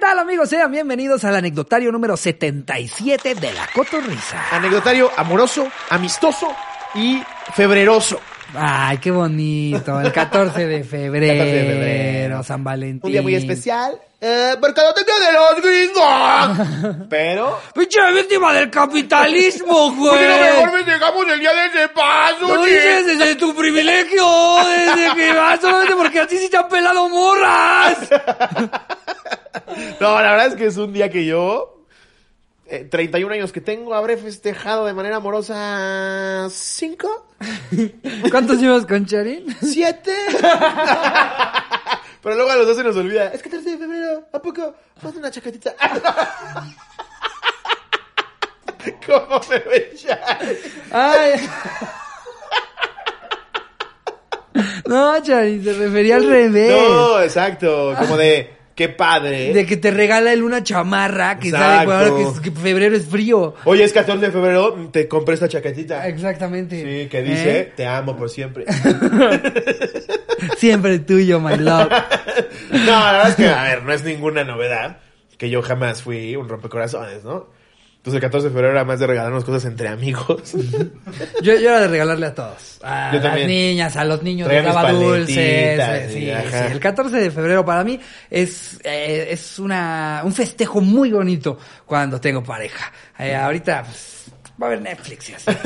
tal, amigos? Sean bienvenidos al anecdotario número 77 de La Cotorrisa. Anecdotario amoroso, amistoso y febreroso. Ay, qué bonito. El 14 de febrero, 14 de febrero. San Valentín. Un día muy especial. Eh, porque no tengo de los gringos. Pero. ¡Pinche víctima del capitalismo, güey! festejamos el día de paso, Lo dices desde tu privilegio, desde que vas solamente porque a ti sí te han pelado morras. No, la verdad es que es un día que yo, eh, 31 años que tengo, habré festejado de manera amorosa 5, ¿Cuántos llevas con Charin? 7. Pero luego a los dos se nos olvida. Es que 13 de febrero, ¿a poco? Ponte una chacatita. ¿Cómo me ve Charlie? Ay. No, Charin, se refería al revés. No, exacto. Como de, qué padre. De que te regala él una chamarra que sabe Eh, Exacto. ahora que, es- que febrero es frío. Oye, es 14 de febrero, te compré esta chaquetita. Exactamente. Sí, que dice, ¿eh? ¿Eh? te amo por siempre. Siempre tuyo, my love. No, la verdad es que, a ver, no es ninguna novedad que yo jamás fui un rompecorazones, ¿no? Entonces el 14 de febrero era más de regalarnos cosas entre amigos. Yo, yo era de regalarle a todos. A Yo las también. niñas, a los niños, les Traía mis daba dulces. eh, paletitas, sí, y sí. ajá. El 14 de febrero para mí es, eh, es una, un festejo muy bonito cuando tengo pareja. Eh, ahorita pues, va a haber Netflix y así.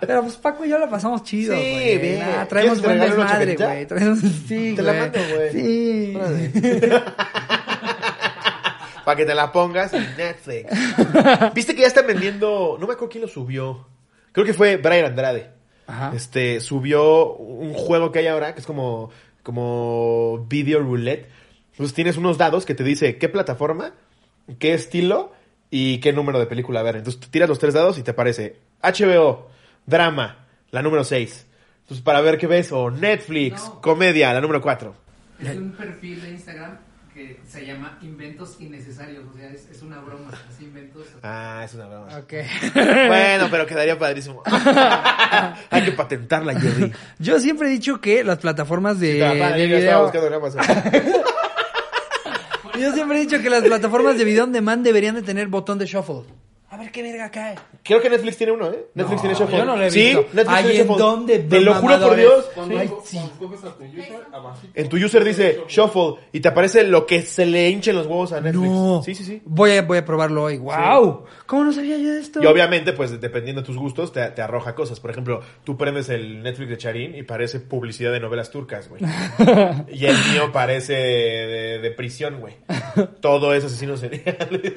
Pero pues Paco y yo la pasamos chido, Sí, güey. bien. Nah, traemos buen ¿Quieres regalar una desmadre, chaquetita? güey. Traemos, sí, Te la mando, güey. Sí. Para que te la pongas en Netflix. Viste que ya están vendiendo, no me acuerdo quién lo subió. Creo que fue Brian Andrade. Ajá. Este, subió un juego que hay ahora, que es como, como video roulette. Pues tienes unos dados que te dice qué plataforma, qué estilo y qué número de película ver. Entonces te tiras los tres dados y te aparece HBO, drama, la número 6. Entonces para ver qué ves, o Netflix, No. comedia, la número 4. Es un perfil de Instagram que se llama Inventos Innecesarios, o sea, es, es una broma, es inventos. Ah, es una broma. Ok. Bueno, pero quedaría padrísimo. Hay que patentarla, Eh, Jerry. Yo siempre he dicho que las plataformas de, Está padre, de yo estaba video... buscando en Amazon. Yo siempre he dicho que las plataformas de video on demand deberían de tener botón de shuffle. A ver qué verga cae. Creo que Netflix tiene uno, ¿eh? Netflix tiene Shuffle. yo no lo he Sí, visto. Netflix Ay, tiene ¿en Shuffle. dónde, Te lo juro por mamadores? Dios. Cuando, Ay, cu- sí. cuando coges a tu user, abajito. En tu user dice Shuffle y te aparece lo que se le hinchen los huevos a Netflix. No. Sí, sí, sí. Voy a, voy a probarlo hoy. ¡Wow! ¿Cómo no sabía yo de esto? Y obviamente, pues dependiendo de tus gustos, te, te arroja cosas. Por ejemplo, tú prendes el Netflix de Charín y parece publicidad de novelas turcas, güey. y el mío parece de, de prisión, güey. Todo es asesinos seriales.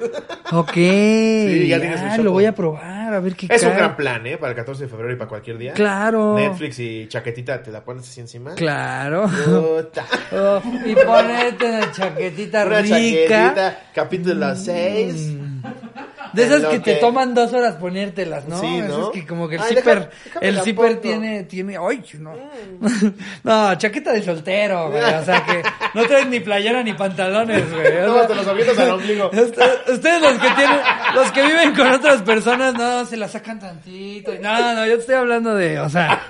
Ok. ya tienes el Ah, shuffle. lo voy a probar, a ver qué Es un cae. gran plan, ¿eh? Para el 14 de febrero y para cualquier día. Claro. Netflix y chaquetita, ¿te la pones así encima? Claro. Puta. Oh, y ponerte una chaquetita Una rica. Mm. chaquetita, capítulo 6. De esas Lo que te que- toman dos horas ponértelas, ¿no? Sí, ¿no? Esas que como que el Ay, zipper, deja- déjame el la zipper pongo. Mm. tiene, tiene, ay, no. no, chaqueta de soltero, güey. O sea que no traes ni playera ni pantalones, güey. O No, sea, te los avientas al ombligo. Usted- Ustedes los que tienen, los que viven con otras personas, no, se la sacan tantito. No, no, yo te estoy hablando de, o sea,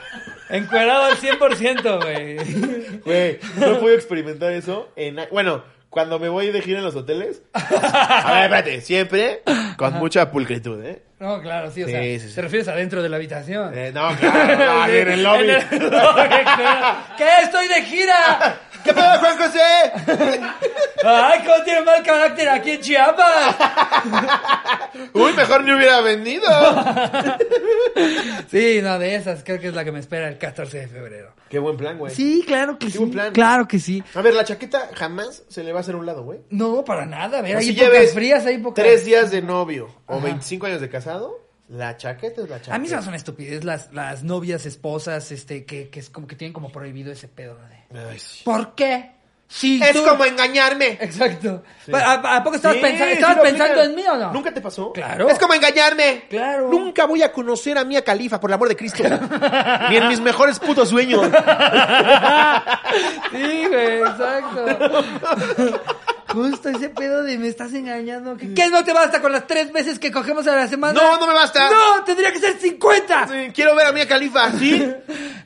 encuerado al 100%, güey. Güey, no puedo experimentar eso en... Bueno, cuando me voy de gira en los hoteles... A ver, espérate, siempre con mucha pulcritud, ¿eh? No, claro, sí, o Sí, sea, sí, sí. te refieres adentro de la habitación. Eh, no, claro, no, Sí, en el lobby. en el lobby, claro. ¿Qué? ¡Estoy de gira! ¿Qué pedo, Juan José? ¡Ay, cómo tiene mal carácter aquí en Chiapas! Uy, mejor ni hubiera venido. Sí, no, de esas creo que es la que me espera el 14 de febrero. Qué buen plan, güey. Sí, claro que Qué sí. buen plan. Claro que sí. A ver, la chaqueta jamás se le va a hacer a un lado, güey. No, para nada. A ver, hay Así épocas Pues lleves frías, hay épocas... Tres días de novio o 25 años de casado, la chaqueta es la chaqueta. A mí se me hace una estupidez las, las novias, esposas, este, que, que es como que tienen como prohibido ese pedo. ¿no? De, Ay, sí. ¿Por qué? Si Es tú- como engañarme. Exacto. Pues, ¿A, a poco estabas, Sí, pensa- sí estabas lo aplican. pensando en mí o no? ¿Nunca te pasó? Claro. Es como engañarme. Claro. Nunca voy a conocer a Mía Califa, por el amor de Cristo. Ni en mis mejores putos sueños. Sí, güey, exacto. Justo ese pedo de me estás engañando. ¿Qué, qué no te basta con las tres veces que cogemos a la semana? No, no me basta. No, tendría que ser 50. Sí, Quiero ver a Mia Califa, ¿sí?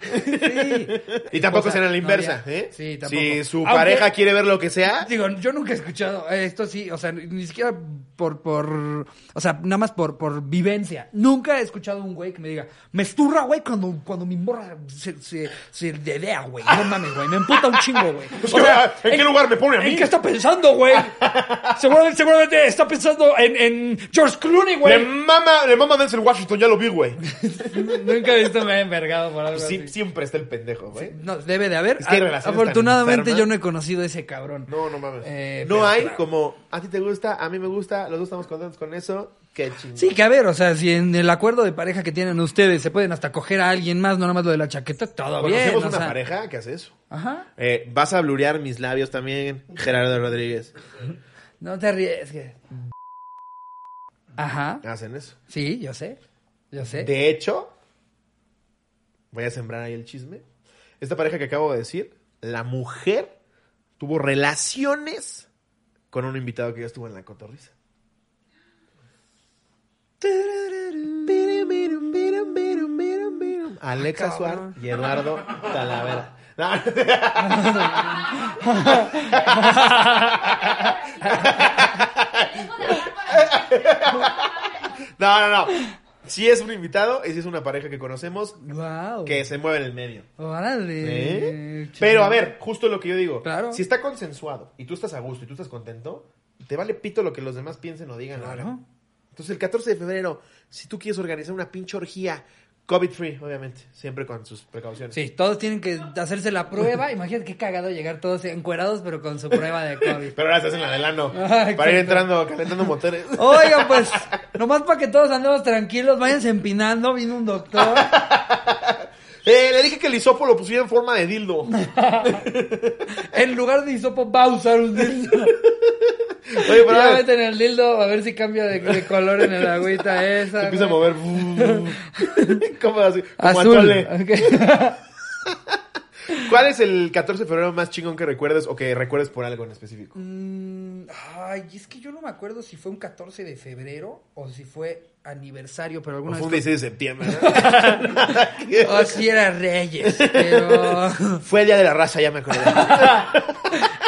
Sí. Y tampoco O sea, será la no inversa, había- ¿eh? Sí, tampoco. Si su Aunque- pareja quiere ver lo que sea, Digo, yo nunca he escuchado eh, esto sí, o sea, ni siquiera por, por, o sea, nada más por, por vivencia. Nunca he escuchado un güey que me diga, me esturra, güey, cuando, cuando mi morra se, se, se dedea, güey. No mames, güey, me emputa un chingo, güey. Pues, ¿en qué lugar me pone a mí? ¿En qué está pensando, güey? Seguramente, seguramente está pensando en, en George Clooney, le güey. mama, le mama a Denzel Washington, ya lo vi, güey. nunca he visto me envergado por algo Sí, así. siempre está el pendejo, güey. No, debe de haber. Es que hay A- relaciones tan Afortunadamente enfermas. yo no he conocido a ese cabrón. No, no mames. Eh, no pero hay claro. como, a ti te gusta, a mí me gusta, los dos estamos contentos con eso, qué chingón. Sí, que a ver, o sea, si en el acuerdo de pareja que tienen ustedes se pueden hasta coger a alguien más, no nada más lo de la chaqueta, todo bien. Conocemos o una sea. pareja que hace eso. Ajá. Eh, vas a blurear mis labios también, Gerardo Rodríguez. No te arriesgues. Ajá. Hacen eso. Sí, yo sé. Yo sé. De hecho, voy a sembrar ahí el chisme. Esta pareja que acabo de decir, la mujer tuvo relaciones con un invitado que ya estuvo en la cotorriza. Alexa Suárez y Eduardo Talavera. No, Dejo de hablar para mí. no, no. no. Sí es un invitado y sí es una pareja que conocemos Wow. que se mueve en el medio. Órale. ¿Eh? Pero a ver, justo lo que yo digo. Claro. Si está consensuado y tú estás a gusto y tú estás contento, te vale pito lo que los demás piensen o digan. Claro. Entonces, el 14 de febrero, si tú quieres organizar una pinche orgía, COVID-free, obviamente, siempre con sus precauciones. Sí, todos tienen que hacerse la prueba. Imagínate qué cagado llegar todos encuerados, pero con su prueba de COVID. Pero ahora se hacen la del ano Ah, para ir exacto. entrando, calentando motores. Oigan, pues, nomás para que todos andemos tranquilos, váyanse empinando, vino un doctor. Eh, le dije que el hisopo lo pusiera en forma de dildo. En lugar de hisopo va a usar un dildo. Oye, pero a ya ver, meten el dildo a ver si cambia de, de color en el agüita esa. se empieza a güey. mover. ¿Cómo así? Como atole. Azul. Ok. ¿Cuál es el 14 de febrero más chingón que recuerdes o que recuerdes por algo en específico? Mm, Ay, es que yo no me acuerdo si fue un 14 de febrero o si fue aniversario, pero O alguna fue un vez. 16 de septiembre. O si era Reyes, pero. Fue el día de la raza, ya me acordé.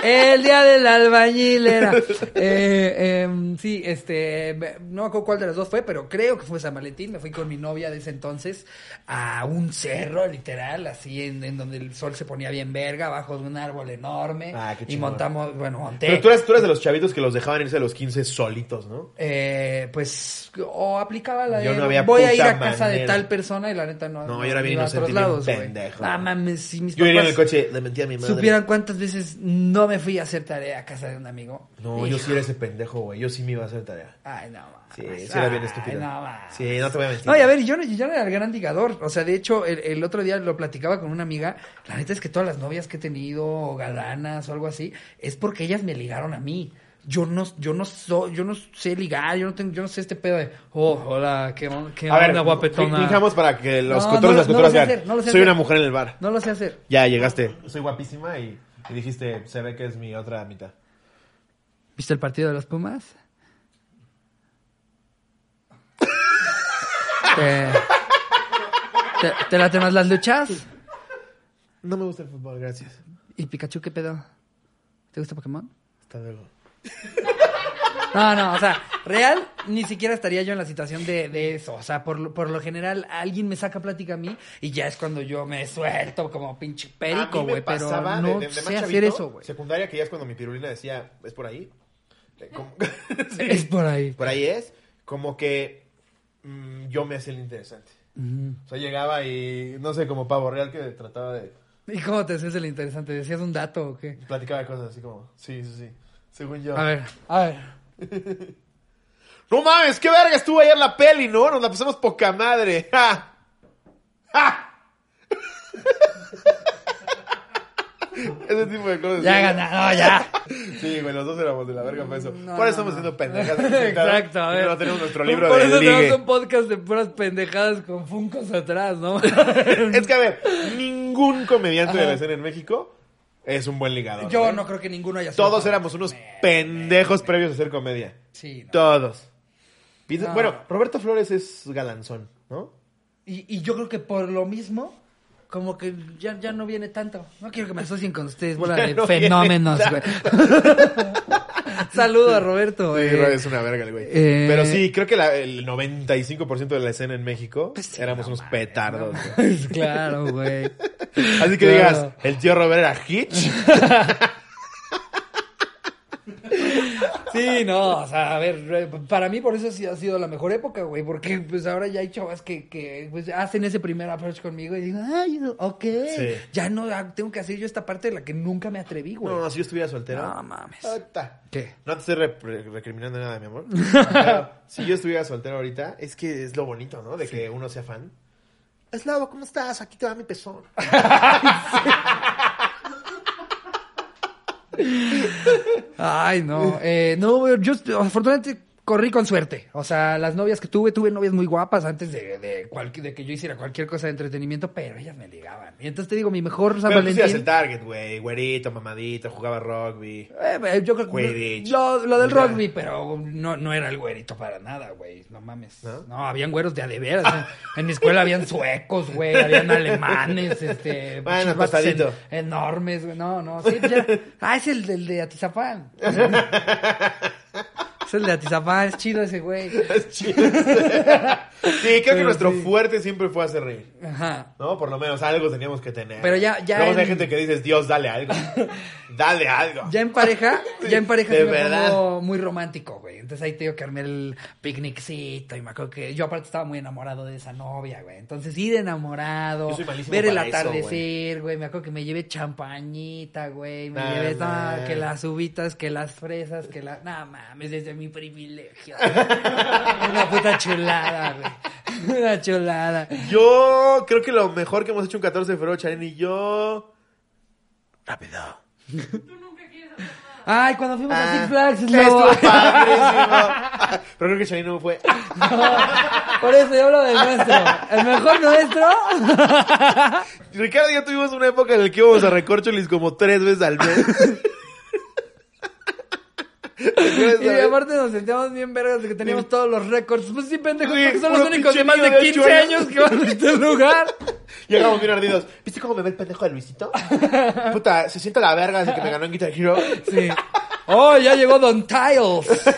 El día del albañil era. Eh, em, sí, este. me- No me acuerdo cuál de las dos fue, pero creo que fue San Valentín. Me fui con mi novia de ese entonces a un cerro, literal, así, en, en donde el sol se ponía bien verga, abajo de un árbol enorme. Ah, qué y chingón. montamos, bueno, monté. Pero tú eras, tú eras de los chavitos que los dejaban irse a los 15 solitos, ¿no? Eh, pues, o aplicaba la de. Yo no había voy a ir puta a casa de manera. tal persona y la neta no. No, yo era bien iba a otros inocente y bien lados, güey. pendejo. Ah, mames, sí, mis Yo iría en papás- el coche, le mentí a mi madre. supieran cuántas veces no me fui a hacer tarea a casa de un amigo. No, yo sí era ese pendejo, güey. Yo sí me iba a hacer tarea. Ay, no mames. Sí, sí era bien Ay, estúpido. Ah, no mames. Sí, no te voy a mentir. No, y a ver, yo, no- yo no era el gran ligador. O sea, de hecho, el, el otro día lo platicaba con una amiga. La neta es que todas las novias que he tenido, o galanas o algo así, es porque ellas me ligaron a mí. Yo no, yo no soy, yo no sé ligar, yo no tengo, yo no sé este pedo de, oh, hola, qué, on- qué A ver, onda guapetona. fijamos para que los No, cotorros no y las lo- no cotorras lo sé vean. hacer, no lo sé Soy hacer. una mujer en el bar. No lo sé hacer. Ya llegaste. Soy guapísima y, y dijiste, se ve que es mi otra mitad. ¿Viste el partido de los Pumas? ¿Te, te, te late más las luchas? No me gusta el fútbol, gracias. ¿Y Pikachu qué pedo? ¿Te gusta Pokémon? Hasta luego. No, no, o sea, real, ni siquiera estaría yo en la situación de, de eso. O sea, por, lo- por lo general, alguien me saca plática a mí y ya es cuando yo me suelto como pinche A perico, mí me güey. Pero pasaba no de- de- de más sé hacer chavito, eso, güey. Secundaria, que ya es cuando mi pirulina decía, ¿es por ahí? Eh, como- Sí. Es por ahí. Por ahí es. Como que mm, yo me hacía el interesante. O sea, llegaba y, no sé, como pavo real que trataba de... ¿Y cómo te haces el interesante? ¿Decías un dato o qué? Platicaba de cosas así como, sí, sí, sí. Según yo. A ver, a ver. No mames, qué verga estuvo ayer la peli, ¿no? Nos la pasamos poca madre. ¡Ja! ¡Ja! Ese tipo de cosas. Ya sí. ganado, ya. Sí, güey, los dos éramos de la verga para eso. No, no, Por eso estamos no. siendo pendejas. Exacto, a Y ver. No tenemos nuestro libro Por de eso tenemos ligue. un podcast de puras pendejadas con funcos atrás, ¿no? Es que, a ver, ningún comediante de la escena en México es un buen ligador. Yo ¿eh? no creo que ninguno haya sido. Todos éramos unos Me- pendejos me- previos a hacer comedia. Sí, no. Todos. Piensa- No. Bueno, Roberto Flores es galanzón, ¿no? Y, y yo creo que por lo mismo, como que ya, ya no viene tanto. No quiero que me asocien con ustedes, bola Ya de no viene fenómenos, güey. Saludo a Roberto. Sí, eh. Roy es una verga el güey. eh, Pero sí, creo que la- el 95% de la escena en México Pues éramos unos petardos. güey. claro, güey. Así que Claro. digas, el tío Robert era Hitch. Sí, no, o sea, a ver, eh, para mí por eso sí ha sido la mejor época, güey, porque pues ahora ya hay chavas que, que pues, hacen ese primer approach conmigo y digo, ay, ok, Sí. ya no ah, tengo que hacer yo esta parte de la que nunca me atreví, güey. No, Ah, si yo estuviera soltero. No mames. Ota. ¿Qué? No te estoy re- re- recriminando nada, mi amor. Pero si yo estuviera soltero ahorita, es que es lo bonito, ¿no? De que uno sea fan. Eslavo, ¿cómo estás? Aquí te va mi pezón. Ah, Ay, no. Eh, no, güey, yo afortunadamente corrí con suerte. O sea, las novias que tuve, tuve novias muy guapas antes de, de, cualqui- de que yo hiciera cualquier cosa de entretenimiento, pero ellas me ligaban. Y entonces te digo, mi mejor San Pero tú sí eras Valentín. el target, güey. Güerito, mamadito, jugaba rugby. Eh, eh, yo creo que Quidditch. lo, lo del Ya. rugby, pero no, no era el güerito para nada, güey. No mames. ¿No? ¿No? habían güeros de a de veras. ¿no? En mi escuela habían suecos, güey. Habían alemanes, este. Bueno, pinches vatos tostadito. en- enormes, güey. No, no. Sí, ya- Ah, es el del de Atizapán. es el de Atizapán. Es chido ese, güey. Es chido. sí, creo que Pero nuestro sí. fuerte siempre fue hacer reír. Ajá. ¿No? Por lo menos algo teníamos que tener. Pero ya- ya Luego hay en- gente que dices, Dios, dale algo. dale algo. Ya en pareja, ya en pareja De sí me verdad. pongo muy romántico, güey. Entonces ahí tengo que armar el picnicito y me acuerdo que yo aparte estaba muy enamorado de esa novia, güey. Entonces ir enamorado, Yo soy malísimo ver el para eso, atardecer, güey. Me acuerdo que me llevé champañita, güey. Me Nah, llevé nah, nah. que las uvitas, que las fresas, que las... No mames, desde mi privilegio. Una puta chulada, güey. Una chulada. Yo creo que lo mejor que hemos hecho un 14 de febrero, Charen y yo. Rápido. Tú nunca quieres hacer nada. Ay, cuando fuimos a Six Ah, Flags, estuvo no. padrísimo. Pero creo que Charen no fue. Por eso yo hablo del nuestro. El mejor nuestro. Ricardo y yo tuvimos una época en la que íbamos a Recorcholis como tres veces al mes. Y aparte nos sentíamos bien vergas de que teníamos todos los récords. Pues sí, pendejo, Sí, porque son los puro únicos pinche de más niño de de 15 ocho años. años que van a este lugar. Llegamos bien ardidos. ¿Viste cómo me ve el pendejo de Luisito? Puta, se siente la verga desde que me ganó en Guitar Hero. Sí. Oh, ya llegó Don Tiles.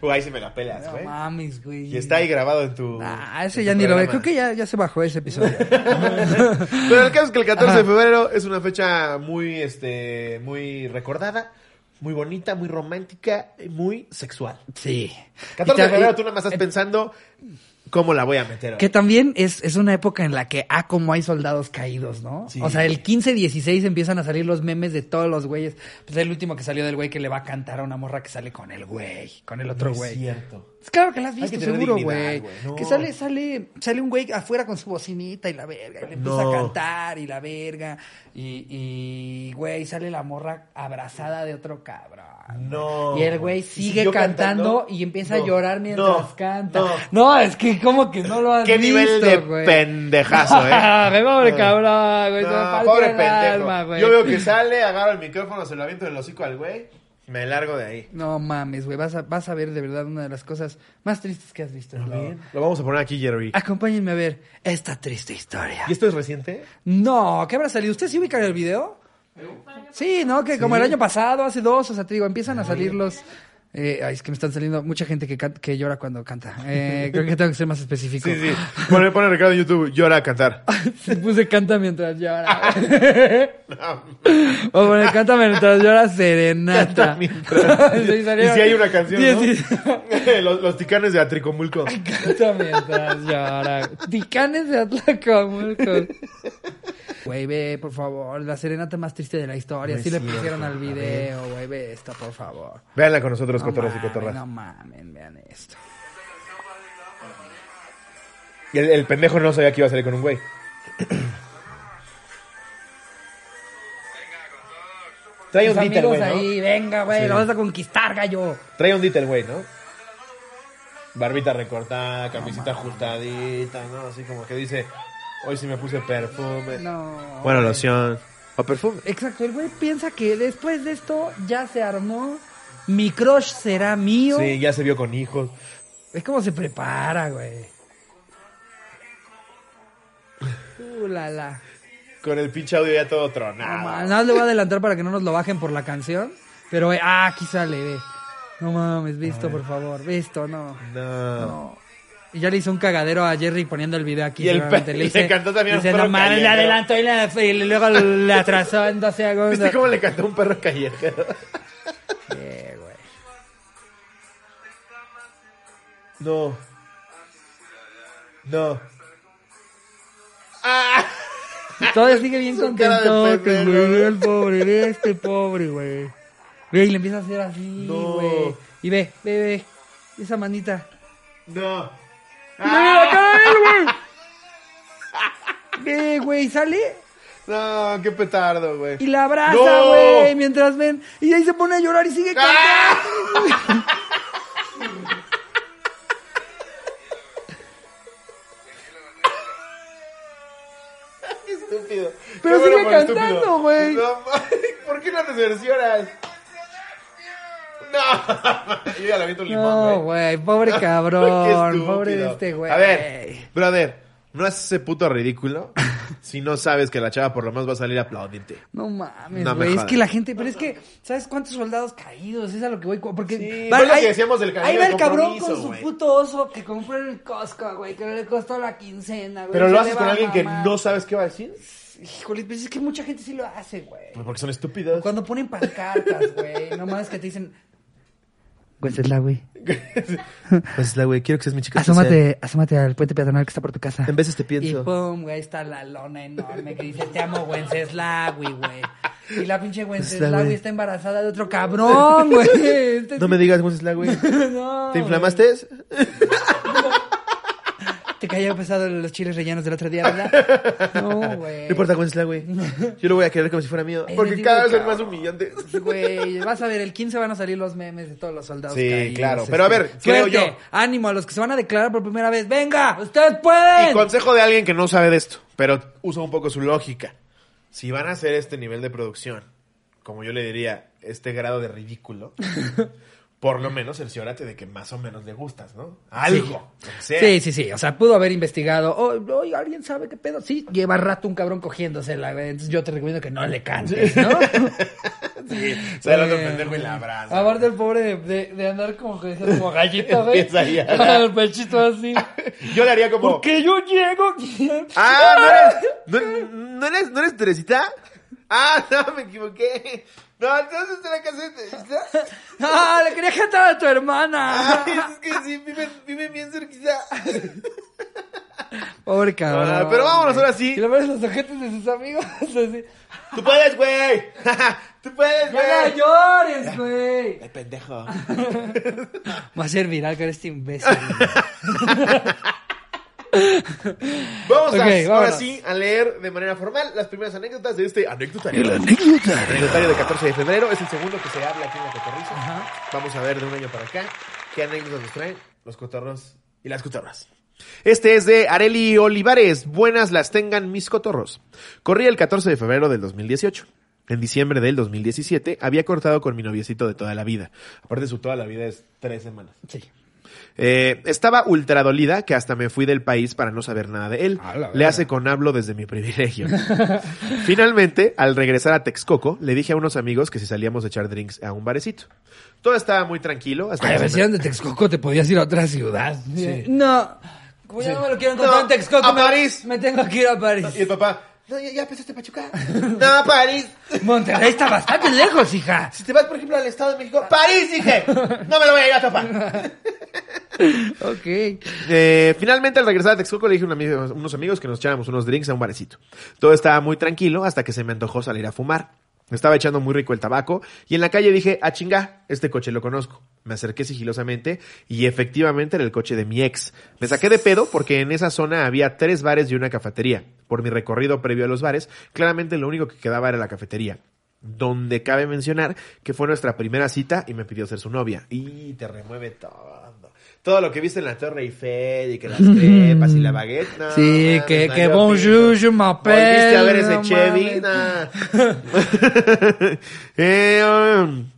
Uy, ahí se me la pelas, No güey. mames, güey. y está ahí grabado en tu. Ah, ese en ya tu ni lo ve. Creo programa. que ya, ya se bajó ese episodio. Pero el caso es que el 14 de Ajá. febrero es una fecha muy, este, muy recordada, muy bonita, muy romántica, y muy sexual. Sí. 14 de Y- febrero tú nada más eh, estás pensando cómo la voy a meter. hoy. Que también es, es una época en la que, ah, como hay soldados caídos, ¿no? Sí. O sea, el 15-16 empiezan a salir los memes de todos los güeyes. Pues el último que salió del güey que le va a cantar a una morra que sale con el güey, con el otro No es güey. cierto. Es Pues Claro que la has Hay visto, que tener seguro, dignidad, güey. güey, no. Que sale, sale, sale un güey afuera con su bocinita y la verga, y le empieza No. a cantar y la verga. Y, y, güey, sale la morra abrazada de otro cabrón. No. Y el güey ¿Y sigue siguió cantando, cantando? y empieza No, a llorar mientras no, canta. no. No. es que como que no lo has Qué visto, nivel de güey. pendejazo, eh. Ay, pobre No. cabrón, güey. se me No, parte pobre el pendejo. alma, güey. Yo veo que sale, agarro el micrófono, se lo aviento en el hocico al güey, me largo de ahí. No mames, güey. Vas a, vas a ver de verdad una de las cosas más tristes que has visto. en la vida. Lo vamos a poner aquí, Jerry. Ah. Acompáñenme a ver esta triste historia. ¿Y esto es reciente? No, ¿qué habrá salido? ¿Usted sí ubica el video? Sí, ¿no? Que como el año pasado, hace dos, o sea, te digo, empiezan a salir los... eh, ay, es que me están saliendo mucha gente que, can- que llora cuando canta. Eh, creo que tengo que ser más específico. Sí, sí. Pone, pone Ricardo en YouTube, llora a cantar. Se puse canta mientras llora. No, o bueno, canta mientras llora serenata. mientras- Sí, y salieron- si hay una canción, Sí, ¿no? sí. los, los ticanes de Atricomulco. Canta mientras llora. Ticanes de Atlacomulco. Güey, ve, por favor, la serenata más triste de la historia. No es Sí le cierto, pusieron a al ver. video, güey, ve esta, por favor. Véanla con nosotros, No cotorras y mamen, cotorras. No mamen, vean esto. Y el, el pendejo no sabía que iba a salir con un güey. Trae Tus un dita el amigos güey, ¿no? ahí, venga, güey, Sí. lo vas a conquistar, gallo. Trae un dita el güey, ¿no? Barbita recortada, camisita ajustadita, ¿no? Así como que dice, hoy sí me puse perfume. No. Bueno, loción. a perfume. Exacto, el güey piensa que después de esto ya se armó. Mi crush será mío. Sí, ya se vio con hijos. Es como se prepara, güey. Uh, la, la. Con el pinche audio ya todo No, ma- tronado. Ah, nada más le voy a adelantar para que no nos lo bajen por la canción. Pero, eh, ah, aquí sale, ve. No mames, visto, por favor. Visto, no. No. No. Y ya le hice un cagadero a Jerry poniendo el video aquí. Y el seguramente. pe- le cantó también le hice, un perro no mames, le callejero". adelantó y, le, y luego le atrasó en dos segundos. ¿Viste cómo le cantó un perro callejero? Sí, güey. No. No. Y Todavía sigue bien Su cara de contento. pendejo. güey, el pobre, ve este pobre, güey. Güey, le empieza a hacer así, No. güey. Y ve, ve, ve. Esa manita. No. ¡Mira, cae, güey! Ah. Ve, güey, sale No, qué petardo, güey. y la abraza, ¡No! güey, mientras ven. Y ahí se pone a llorar y sigue cantando. ¡Ah! Estúpido. Pero Qué sigue por estúpido. cantando, güey. No, ¿Por qué no te cercioras? No. Yo ya le aviento un limón, güey. No, güey, pobre Qué cabrón, estúpido. pobre de este güey. A ver, brother, no haces ese puto ridículo si no sabes que la chava por lo menos va a salir a aplaudirte. No mames, No me güey. es jodas. que la gente, pero es que, ¿sabes cuántos soldados caídos? Es a lo que voy. cu- Porque Sí, va- fue lo que decíamos del cariño Ahí va del el cabrón con compromiso, su güey. puto oso que compró en el Costco, güey, que le costó la quincena, güey. Pero se lo le haces va con a alguien que mamar. no sabes qué va a decir. Híjole, pues es que mucha gente sí lo hace, güey. Pues Porque son estúpidos. Cuando ponen pancartas, güey. No mames que te dicen. Güey, güey. Pues la güey, quiero que seas mi chica. Asómate, asómate al puente peatonal que está por tu casa. En veces te pienso. Y pum, güey, ahí está la lona enorme que dice, te amo, Wenceslawi, güey. Y la pinche Wenceslawi Wenceslawi. está embarazada de otro cabrón, güey. Este No me digas cómo es la güey. sí- no, ¿Te inflamaste? güey. Te cayó pesado los chiles rellenos del otro día, ¿verdad? No, güey. No importa cómo es la güey. Yo lo voy a querer como si fuera mío. Ese Porque tipo cada de vez es cabrón. más humillante. Pues, Güey, vas a ver, el 15 van a salir los memes de todos los soldados. Sí, caídos, este, claro, pero a ver, creo Suerte, yo. Ánimo a los que se van a declarar por primera vez. ¡Venga! ¡Ustedes pueden! Y consejo de alguien que no sabe de esto, pero usa un poco su lógica. Si van a hacer este nivel de producción, como yo le diría, este grado de ridículo, por lo menos cerciórate de que más o menos le gustas, ¿no? Algo. lo que sea. Sí, sí, sí. O sea, pudo haber investigado. "Oh, Oye, ¿alguien sabe qué pedo? Sí, lleva rato un cabrón cogiéndosela. güey. Entonces yo te recomiendo que no le cantes, ¿no? Eh, Sí, Se el otro pendejo y la abraza. Aparte el pobre de, de- de andar como que decía, como gallito, güey. Empieza ahí a- Con el pechito así. Yo le haría como. Porque yo llego. aquí". ¡Ah! ¿No eres, no, no eres, no eres Teresita? ¡Ah! No, me equivoqué. No, entonces te la casé Teresita. ¡Ah! Le quería cantar a tu hermana. Ay, es que sí, vive, vive bien cerquita. Pobre cabrón. Ah, pero vámonos güey. ahora sí. Y lo ves los ojetes de sus amigos. Así. ¡Tú puedes, güey! ¡Tú puedes, ¡No la güey! llores, güey! ¡Ay, pendejo! Va a ser viral con este imbécil. Vamos Ok, a, ahora vámonos. sí a leer de manera formal las primeras anécdotas de este anecdotario. El anecdotario de 14 de febrero es el segundo que se habla aquí en la cotorriza. Ajá. Vamos a ver de un año para acá qué anécdotas nos traen los cotorros y las cotorras. Este es de Areli Olivares. Buenas las tengan mis cotorros. Corría el 14 de febrero del 2018. En diciembre del 2017 había cortado con mi noviecito de toda la vida. Aparte su toda la vida es tres semanas. Sí. Eh, estaba ultra dolida que hasta me fui del país para no saber nada de él. A la Le verga. hace con hablo desde mi privilegio. Finalmente, al regresar a Texcoco, le dije a unos amigos que si salíamos a echar drinks a un barecito. Todo estaba muy tranquilo hasta Ay, que a ver, se si me- eran de Texcoco, te podías ir a otra ciudad. No. Como ya no me lo quiero encontrar No, en Texcoco, a me, París. me tengo que ir a París. Y el papá, no, ya, ya pensaste Pachuca. No, París. Monterrey está bastante lejos, hija. Si te vas, por ejemplo, al Estado de México, París, dije. No me lo voy a ir a topar. Ok. Eh, finalmente, al regresar a Texcoco, le dije a un amigo- unos amigos que nos echáramos unos drinks a un barecito. Todo estaba muy tranquilo hasta que se me antojó salir a fumar. Me Estaba echando muy rico el tabaco y en la calle dije, ah, chinga, este coche lo conozco. Me acerqué sigilosamente y efectivamente era el coche de mi ex. Me saqué de pedo porque en esa zona había tres bares y una cafetería. Por mi recorrido previo a los bares, claramente lo único que quedaba era la cafetería. donde cabe mencionar que fue nuestra primera cita y me pidió ser su novia. Y te remueve todo. Todo lo que viste en la Torre Eiffel y que las crepas y la baguette. Ah, no, Sí, mames, que, no, que yo bonjour, pinto. je m'appelle. Volviste a ver ese no Chevy. mames. nah. Eh, um,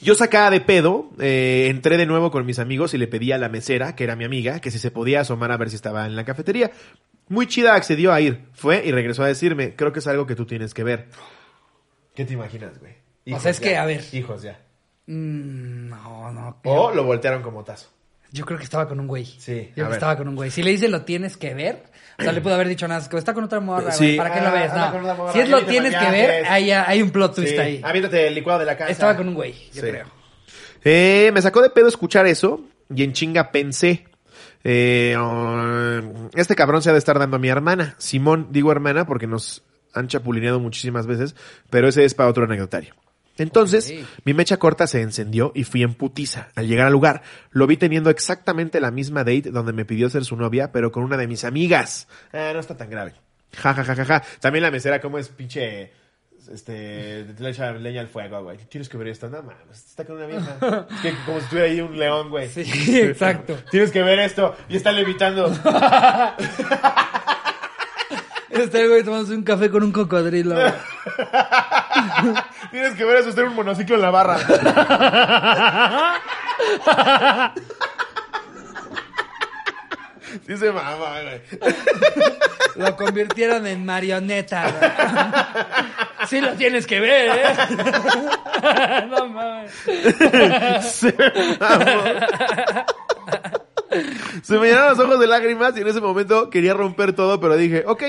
yo sacada de pedo, eh, entré de nuevo con mis amigos y le pedí a la mesera, que era mi amiga, que si se podía asomar a ver si estaba en la cafetería. Muy chida accedió a ir, fue y regresó a decirme, creo que es algo que tú tienes que ver. ¿Qué te imaginas, güey? O sea, es ya, que, a ver. Hijos ya. Mm, No, no. creo. O lo voltearon como tazo. Yo creo que estaba con un güey. Yo Sí, a creo que ver. estaba con un güey. Si le dice lo tienes que ver, o sea, le pudo haber dicho nada. Es que está con otra morra, Sí. güey. ¿Para qué lo Ah, ves? anda con otra No. morra, Si es ya lo ni te tienes que bañaste. ver, hay, hay un plot twist Sí. ahí. Aviéntate el licuado de la casa. Estaba con un güey, yo Sí. creo. Eh, me sacó de pedo escuchar eso y en chinga pensé. eh, um, este cabrón se ha de estar dando a mi hermana. Simón, digo hermana porque nos han chapulineado muchísimas veces, pero ese es para otro anecdotario. Entonces, Ok. mi mecha corta se encendió y fui en putiza. Al llegar al lugar, lo vi teniendo exactamente la misma date donde me pidió ser su novia, pero con una de mis amigas. Ah, no está tan grave. Ja, ja, ja, ja, ja. También la mesera, como es pinche. Este. Le echa leña al fuego, güey. Tienes que ver esto. No mames, está con una vieja. Es que como si estuviera ahí un león, güey. Sí, exacto. Tienes que ver esto. Y está levitando. Este güey tomándose un café con un cocodrilo. güey. Tienes que ver eso. Está en un monociclo en la barra. Sí se mama, güey. Lo convirtieron en marioneta. güey. Sí lo tienes que ver, ¿eh? No mames. Se me mamó. Se me llenaron los ojos de lágrimas y en ese momento quería romper todo, pero dije, ok.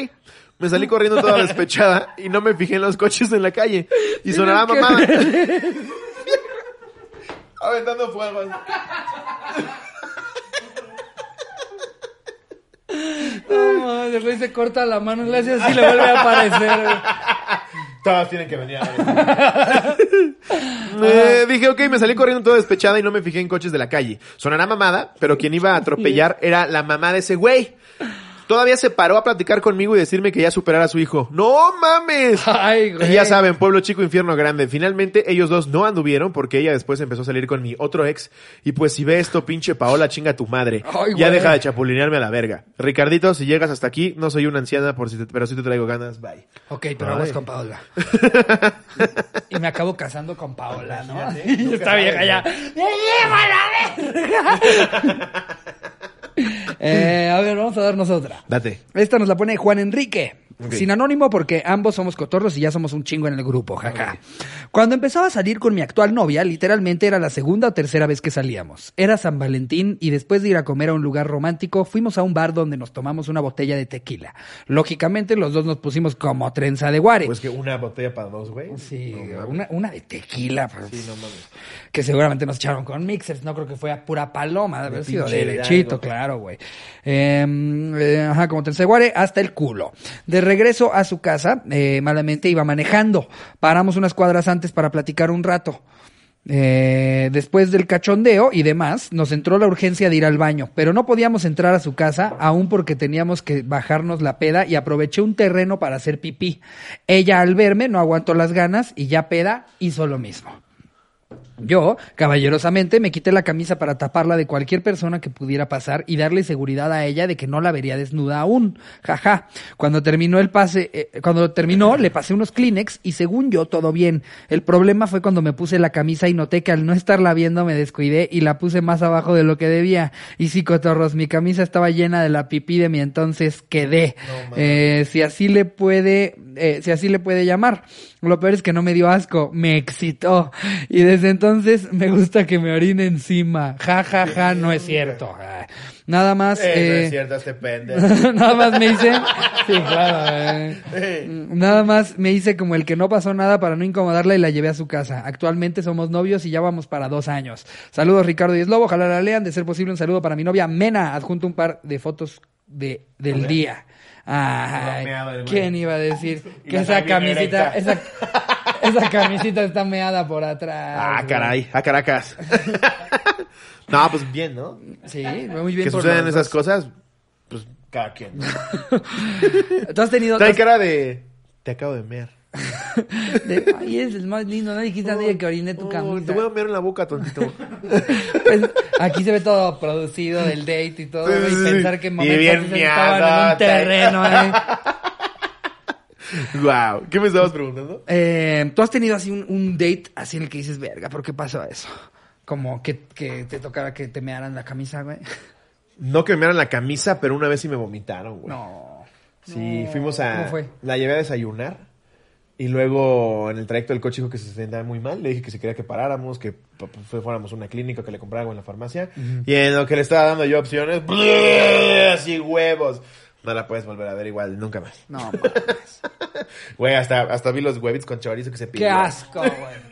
Me salí corriendo toda despechada y no me fijé en los coches en la calle. Y sonará que mamá. Aventando fuego. No mames, el güey se corta la mano, le hace así, le vuelve a aparecer, güey. Todas tienen que venir. a ver. Eh, dije, ok, me salí corriendo toda despechada y no me fijé en coches de la calle. Sonará mamada, pero quien iba a atropellar era la mamá de ese güey. Todavía se paró a platicar conmigo y decirme que ya superara a su hijo. ¡No mames! Ay, güey. Y ya saben, pueblo chico, infierno grande. Finalmente ellos dos no anduvieron porque ella después empezó a salir con mi otro ex. Y pues si ve esto, pinche Paola, chinga tu madre. Ay, ya güey. deja de chapulinearme a la verga. Ricardito, si llegas hasta aquí, no soy una anciana, por si te- pero si te traigo ganas, bye. Ok, pero vamos Ay. con Paola. y me acabo casando con Paola, ¿no? Imagínate, Y nunca está vieja sabes, ya. ¡Me lleva la verga! eh, a ver, vamos a darnos otra. Date. Esta nos la pone Juan Enrique. Ok. Sin anónimo porque ambos somos cotorros y ya somos un chingo en el grupo, jaja. Cuando empezaba a salir con mi actual novia, literalmente era la segunda o tercera vez que salíamos. Era San Valentín y después de ir a comer a un lugar romántico, fuimos a un bar donde nos tomamos una botella de tequila. Lógicamente los dos nos pusimos como trenza de guare. Pues que una botella para dos, güey. Sí, No, una, una de tequila, pues, Sí, no mames. que seguramente nos echaron con mixers, no creo que fue a pura paloma, de haber sido pinche derechito, Hidalgo. claro, güey. Eh, eh, ajá, como tercer guare, hasta el culo. De regreso a su casa, eh, malamente iba manejando. Paramos unas cuadras antes para platicar un rato. Eh, después del cachondeo y demás, nos entró la urgencia de ir al baño, pero no podíamos entrar a su casa aún porque teníamos que bajarnos la peda y aproveché un terreno para hacer pipí. Ella al verme no aguantó las ganas y ya peda hizo lo mismo. Yo, caballerosamente, me quité la camisa para taparla de cualquier persona que pudiera pasar y darle seguridad a ella de que no la vería desnuda aún. Jaja. Cuando terminó el pase, eh, cuando terminó, le pasé unos Kleenex y según yo, todo bien. El problema fue cuando me puse la camisa y noté que al no estarla viendo me descuidé y la puse más abajo de lo que debía. Y sí, cotorros, mi camisa estaba llena de la pipí de mi entonces quedé. Eh, si así le puede, eh, si así le puede llamar. Lo peor es que no me dio asco, me excitó. Y desde entonces me gusta que me orine encima. Ja, ja, ja, no es cierto. Ah. Nada más, Eh, no eh, es cierto, este pendejo. nada más me hice. Sí, claro. eh. Nada más me hice como el que no pasó nada para no incomodarla y la llevé a su casa. Actualmente somos novios y ya vamos para dos años. Saludos Ricardo y Slobo, ojalá la lean. De ser posible, un saludo para mi novia Mena. Adjunto un par de fotos de, del día. Ay, meado el güey. ¿Quién iba a decir Y que la esa trae bien camisita, erecta. esa, esa camisita está meada por atrás? Ah, güey? caray, a Caracas. no, pues bien, ¿no? Sí, muy bien. Que por sucedan los esas dos. cosas, pues cada quien. ¿Tú has tenido, Trae cara de. Te acabo de mear. De, Ay, eres el más lindo, nadie quita a nadie que orine tu Oh, camisa. Te voy a mear en la boca, tontito. Pues, aquí se ve todo producido del date y todo, güey, Sí, y sí. pensar que Y mamá bien Patricia estaban en un miadota. terreno, eh. wow. ¿Qué me estabas preguntando? Eh, ¿Tú has tenido así un, un date así en el que dices, verga, ¿por qué pasó eso? Como que, que te tocara que te mearan la camisa, güey. No que me mearan la camisa, pero una vez sí me vomitaron, güey. No. Sí, No. fuimos a. ¿Cómo fue? La llevé a desayunar. Y luego en el trayecto del coche dijo que se sentía muy mal. Le dije que se quería que paráramos, que pu- pu- fuéramos a una clínica, que le comprara algo en la farmacia. Y en lo que le estaba dando yo opciones, así huevos. No la puedes volver a ver igual, nunca más. No, mames. Güey, hasta, hasta vi los huevitos con chorizo que se pidió. qué asco, güey.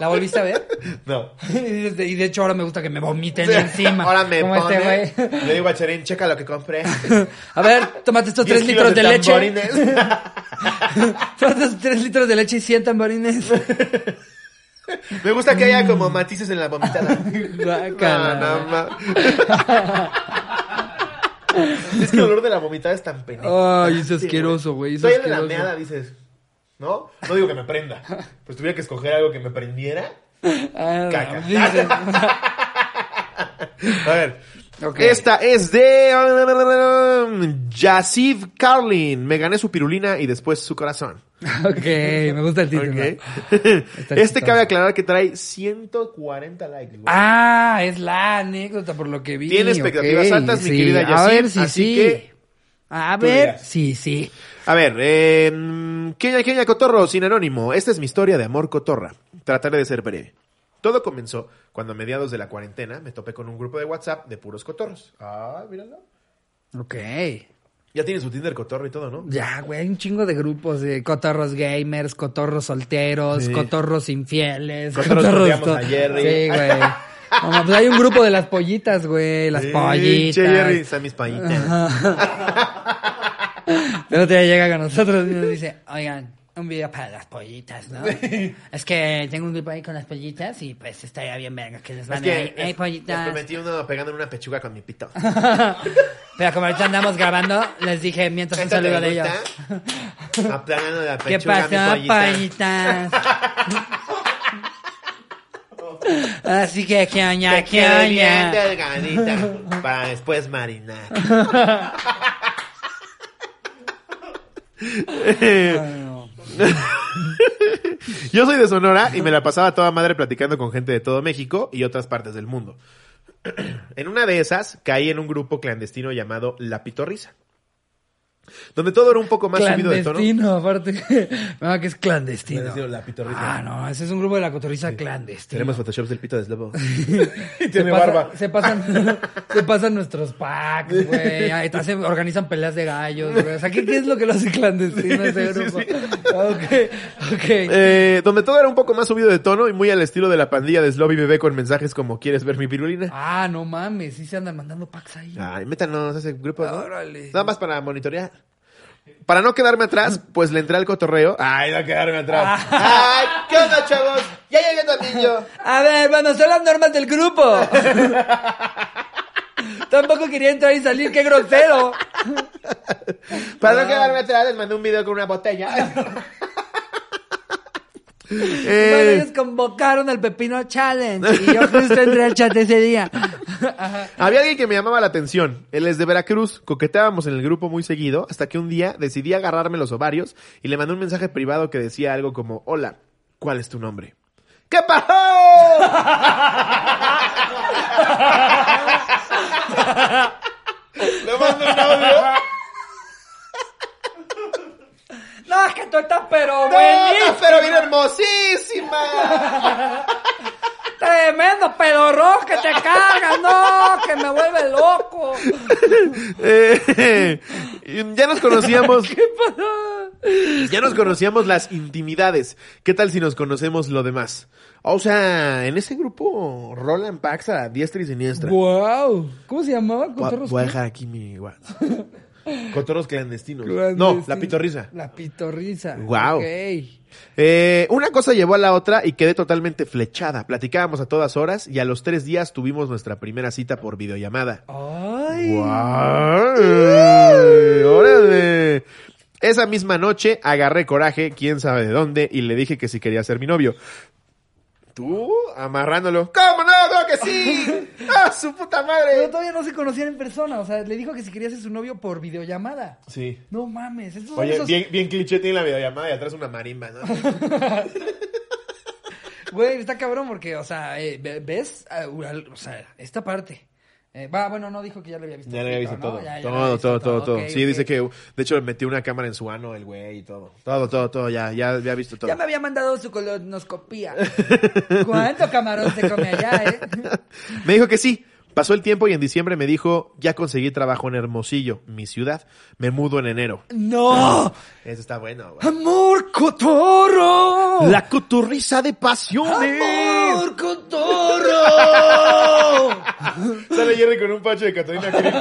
¿La volviste a ver? No. Y dices, y de hecho ahora me gusta que me vomiten encima. Ahora me como pone. este güey. le digo a Cherín, checa lo que compré. A ver, tómate estos 10 tres kilos litros de, leche. tamborines. Tómate estos tres litros de leche y 100 tamborines. Ah, Me gusta que haya como matices en la vomitada. Guácala. No, no, ma- es que el olor de la vomitada es tan penoso. Ay, es asqueroso, güey. Es Estoy en la asqueroso. meada, dices. ¿No? No digo que me prenda. Pues tuviera que escoger algo que me prendiera. Ah, Caca. dices- A ver. Ok. Esta es de Yasif Carlin. Me gané su pirulina y después su corazón. Ok, me gusta el título. Ok. Está Este chistoso. cabe aclarar que trae 140 likes. güey. Ah, es la anécdota por lo que vi. Tiene expectativas ok, altas, mi querida A Yacine, ver si así sí. que A tú ver dirás. si sí. A ver, eh, Kenia Kenia Cotorro, sin anónimo. Esta es mi historia de amor cotorra. Trataré de ser breve. Todo comenzó cuando a mediados de la cuarentena me topé con un grupo de WhatsApp de puros cotorros. Ah, míralo. Ok. Ya tiene su Tinder cotorro y todo, ¿no? Ya, güey, hay un chingo de grupos de cotorros gamers, cotorros solteros, Sí. cotorros infieles. Cotorros odiamos to- a Jerry. Sí, güey. No, no, pues hay un grupo de las pollitas, güey, las Sí, pollitas. Che, Jerry, están mis pañitas. Pero te llega con nosotros y nos dice, oigan, un video para las pollitas, ¿no? Es que tengo un grupo ahí con las pollitas y pues estaría bien verga que les Es van que a ir. Hey, les- les pollitas. prometí uno pegando en una pechuga con mi pito. Pero como ahorita andamos grabando, les dije mientras un ¿Esto saludo te de ellos. gusta? Aplanando la ¿Qué pechuga, pasó, mi pollita. pollitas? Así que, ¿qué oña, Te qué quedé bien oña? delgadita para después marinar. Yo soy de Sonora y me la pasaba toda madre platicando con gente de todo México y otras partes del mundo. En una de esas caí en un grupo clandestino llamado La Pitorrisa, donde todo era un poco más subido de tono. Clandestino, aparte. No, que es clandestino. Clandestino, la pitorrisa. Ah, no, ese es un grupo de la cotorriza clandestina. Tenemos photoshops del pito de Slobo. y Se tiene pasa- barba. Se pasan, se pasan nuestros packs, güey. Ahí hacen- Organizan peleas de gallos, güey. O sea, ¿qué, qué es lo que lo hace clandestino ese Sí, sí, grupo? sí. Ok, ok. Eh, donde todo era un poco más subido de tono y muy al estilo de la pandilla de Slobo y Bebé con mensajes como ¿Quieres ver mi pirulina? Ah, no mames, sí se andan mandando packs ahí. Ay, métanos a ese grupo. ¿no? Órale. Nada más para monitorear. Para no quedarme atrás, pues le entré al cotorreo. Ay, no quedarme atrás. Ay, ¿qué onda, chavos? Ya llegué también yo. A ver, bueno, son las normas del grupo. Tampoco quería entrar y salir, qué grosero. Para no quedarme atrás, les mandé un video con una botella. Bueno, Eh, ellos convocaron al Pepino Challenge y yo justo entré al chat ese día. había alguien que me llamaba la atención. Él es de Veracruz. Coqueteábamos en el grupo muy seguido hasta que un día decidí agarrarme los ovarios y le mandé un mensaje privado que decía algo como, hola, ¿cuál es tu nombre? ¡Qué pasó? le mando un audio. No, es que tú estás pero No, buenísimo. no, pero bien hermosísima. Tremendo pedorro que te cagas, no, que me vuelve loco. Eh, ya nos conocíamos, ¿Qué pasó? ya nos conocíamos las intimidades. ¿Qué tal si nos conocemos lo demás? O sea, en ese grupo Roland Pax a diestra y siniestra. Wow, ¿cómo se llamaba? Voy a- ¿Cotorros voy a qué? dejar aquí mi WhatsApp. Cotorros clandestinos. No, Clandestinos. la pitorrisa. La pitorrisa. Guau. Ok. Eh, una cosa llevó a la otra y quedé totalmente flechada. Platicábamos a todas horas y a los tres días tuvimos nuestra primera cita por videollamada. Ay. ¡Guau! ¡Órale! Esa misma noche agarré coraje, quién sabe de dónde, y le dije que si quería ser mi novio. Tú amarrándolo. ¿Cómo no? ¡Claro que sí! ¡Ah, su puta Pero madre! todavía no se conocían en persona. O sea, le dijo que si quería ser su novio por videollamada. Sí. No mames. Esos son Oye, esos- bien, bien cliché tiene la videollamada y atrás una marimba, ¿no? Güey, está cabrón porque, o sea, eh, ve- ¿ves? Ah, ural- O sea, esta parte. Eh, va, bueno, no dijo que ya le había visto. Ya le había visto ¿no? todo. Ya- ya le había Todo, visto todo, todo, todo. Ok, Sí, dice ok. que, de hecho, metió una cámara en su ano el güey y todo. Todo, todo, todo, ya, ya había visto todo. Ya me había mandado su colonoscopía. ¿Cuánto camarón se come allá, eh? Me dijo que sí. Pasó el tiempo y en diciembre me dijo, ya conseguí trabajo en Hermosillo, mi ciudad. Me mudo en enero. ¡No! Eso está bueno, güey. ¡Amor cotorro! La cotorriza de pasiones. ¡Amor cotorro! Sale Jerry con un pacho de Catalina Krill.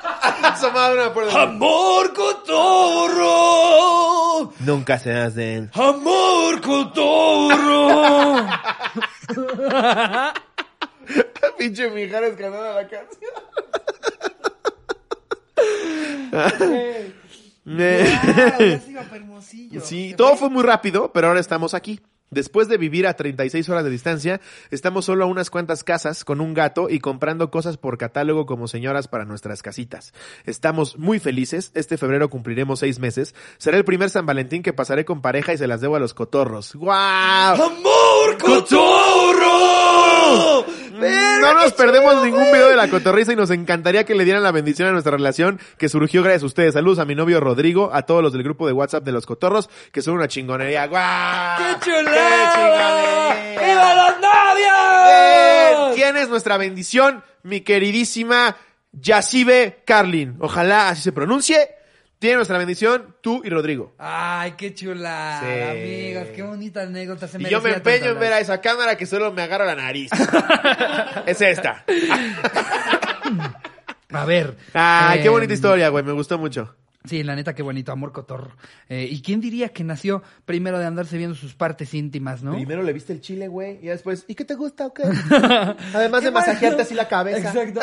Asomado a una puerta. ¡Amor cotorro! Nunca serás de él. ¡Amor cotorro! Pinche Mijares canada la canción. Eh. Ah, ya se iba pa' Hermosillo. Sí, Se todo fue. fue muy rápido, pero ahora estamos aquí. Después de vivir a 36 horas de distancia, estamos solo a unas cuantas casas con un gato y comprando cosas por catálogo como señoras para nuestras casitas. Estamos muy felices. Este febrero cumpliremos seis meses. Será el primer San Valentín que pasaré con pareja y se las debo a los cotorros. ¡Guau! ¡Amor cotorro! Verga, No nos qué perdemos chido, ningún güey. video de la cotorriza y nos encantaría que le dieran la bendición a nuestra relación que surgió gracias a ustedes. Saludos a mi novio Rodrigo, a todos los del grupo de WhatsApp de los cotorros, que son una chingonería. ¡Guau! Ah, ¡Qué chulada! chulada! ¡Viva los novios! ¡Eh! Tienes nuestra bendición, mi queridísima Yacibe Carlin. Ojalá así se pronuncie. Tienes nuestra bendición, tú y Rodrigo. Ay, qué chulada, Sí. amigos, qué bonita anécdota. Se Y yo me merecía tanto empeño en ver a hablar. esa cámara que solo me agarra la nariz. es esta. A ver. Ah, qué em, bonita historia, güey. Me gustó mucho. Sí, la neta, qué bonito, amor cotorro. Eh, ¿Y quién diría que nació primero de andarse viendo sus partes íntimas, no? le viste el chile, güey, y después, ¿y qué te gusta o qué? Además Qué bueno. Exacto.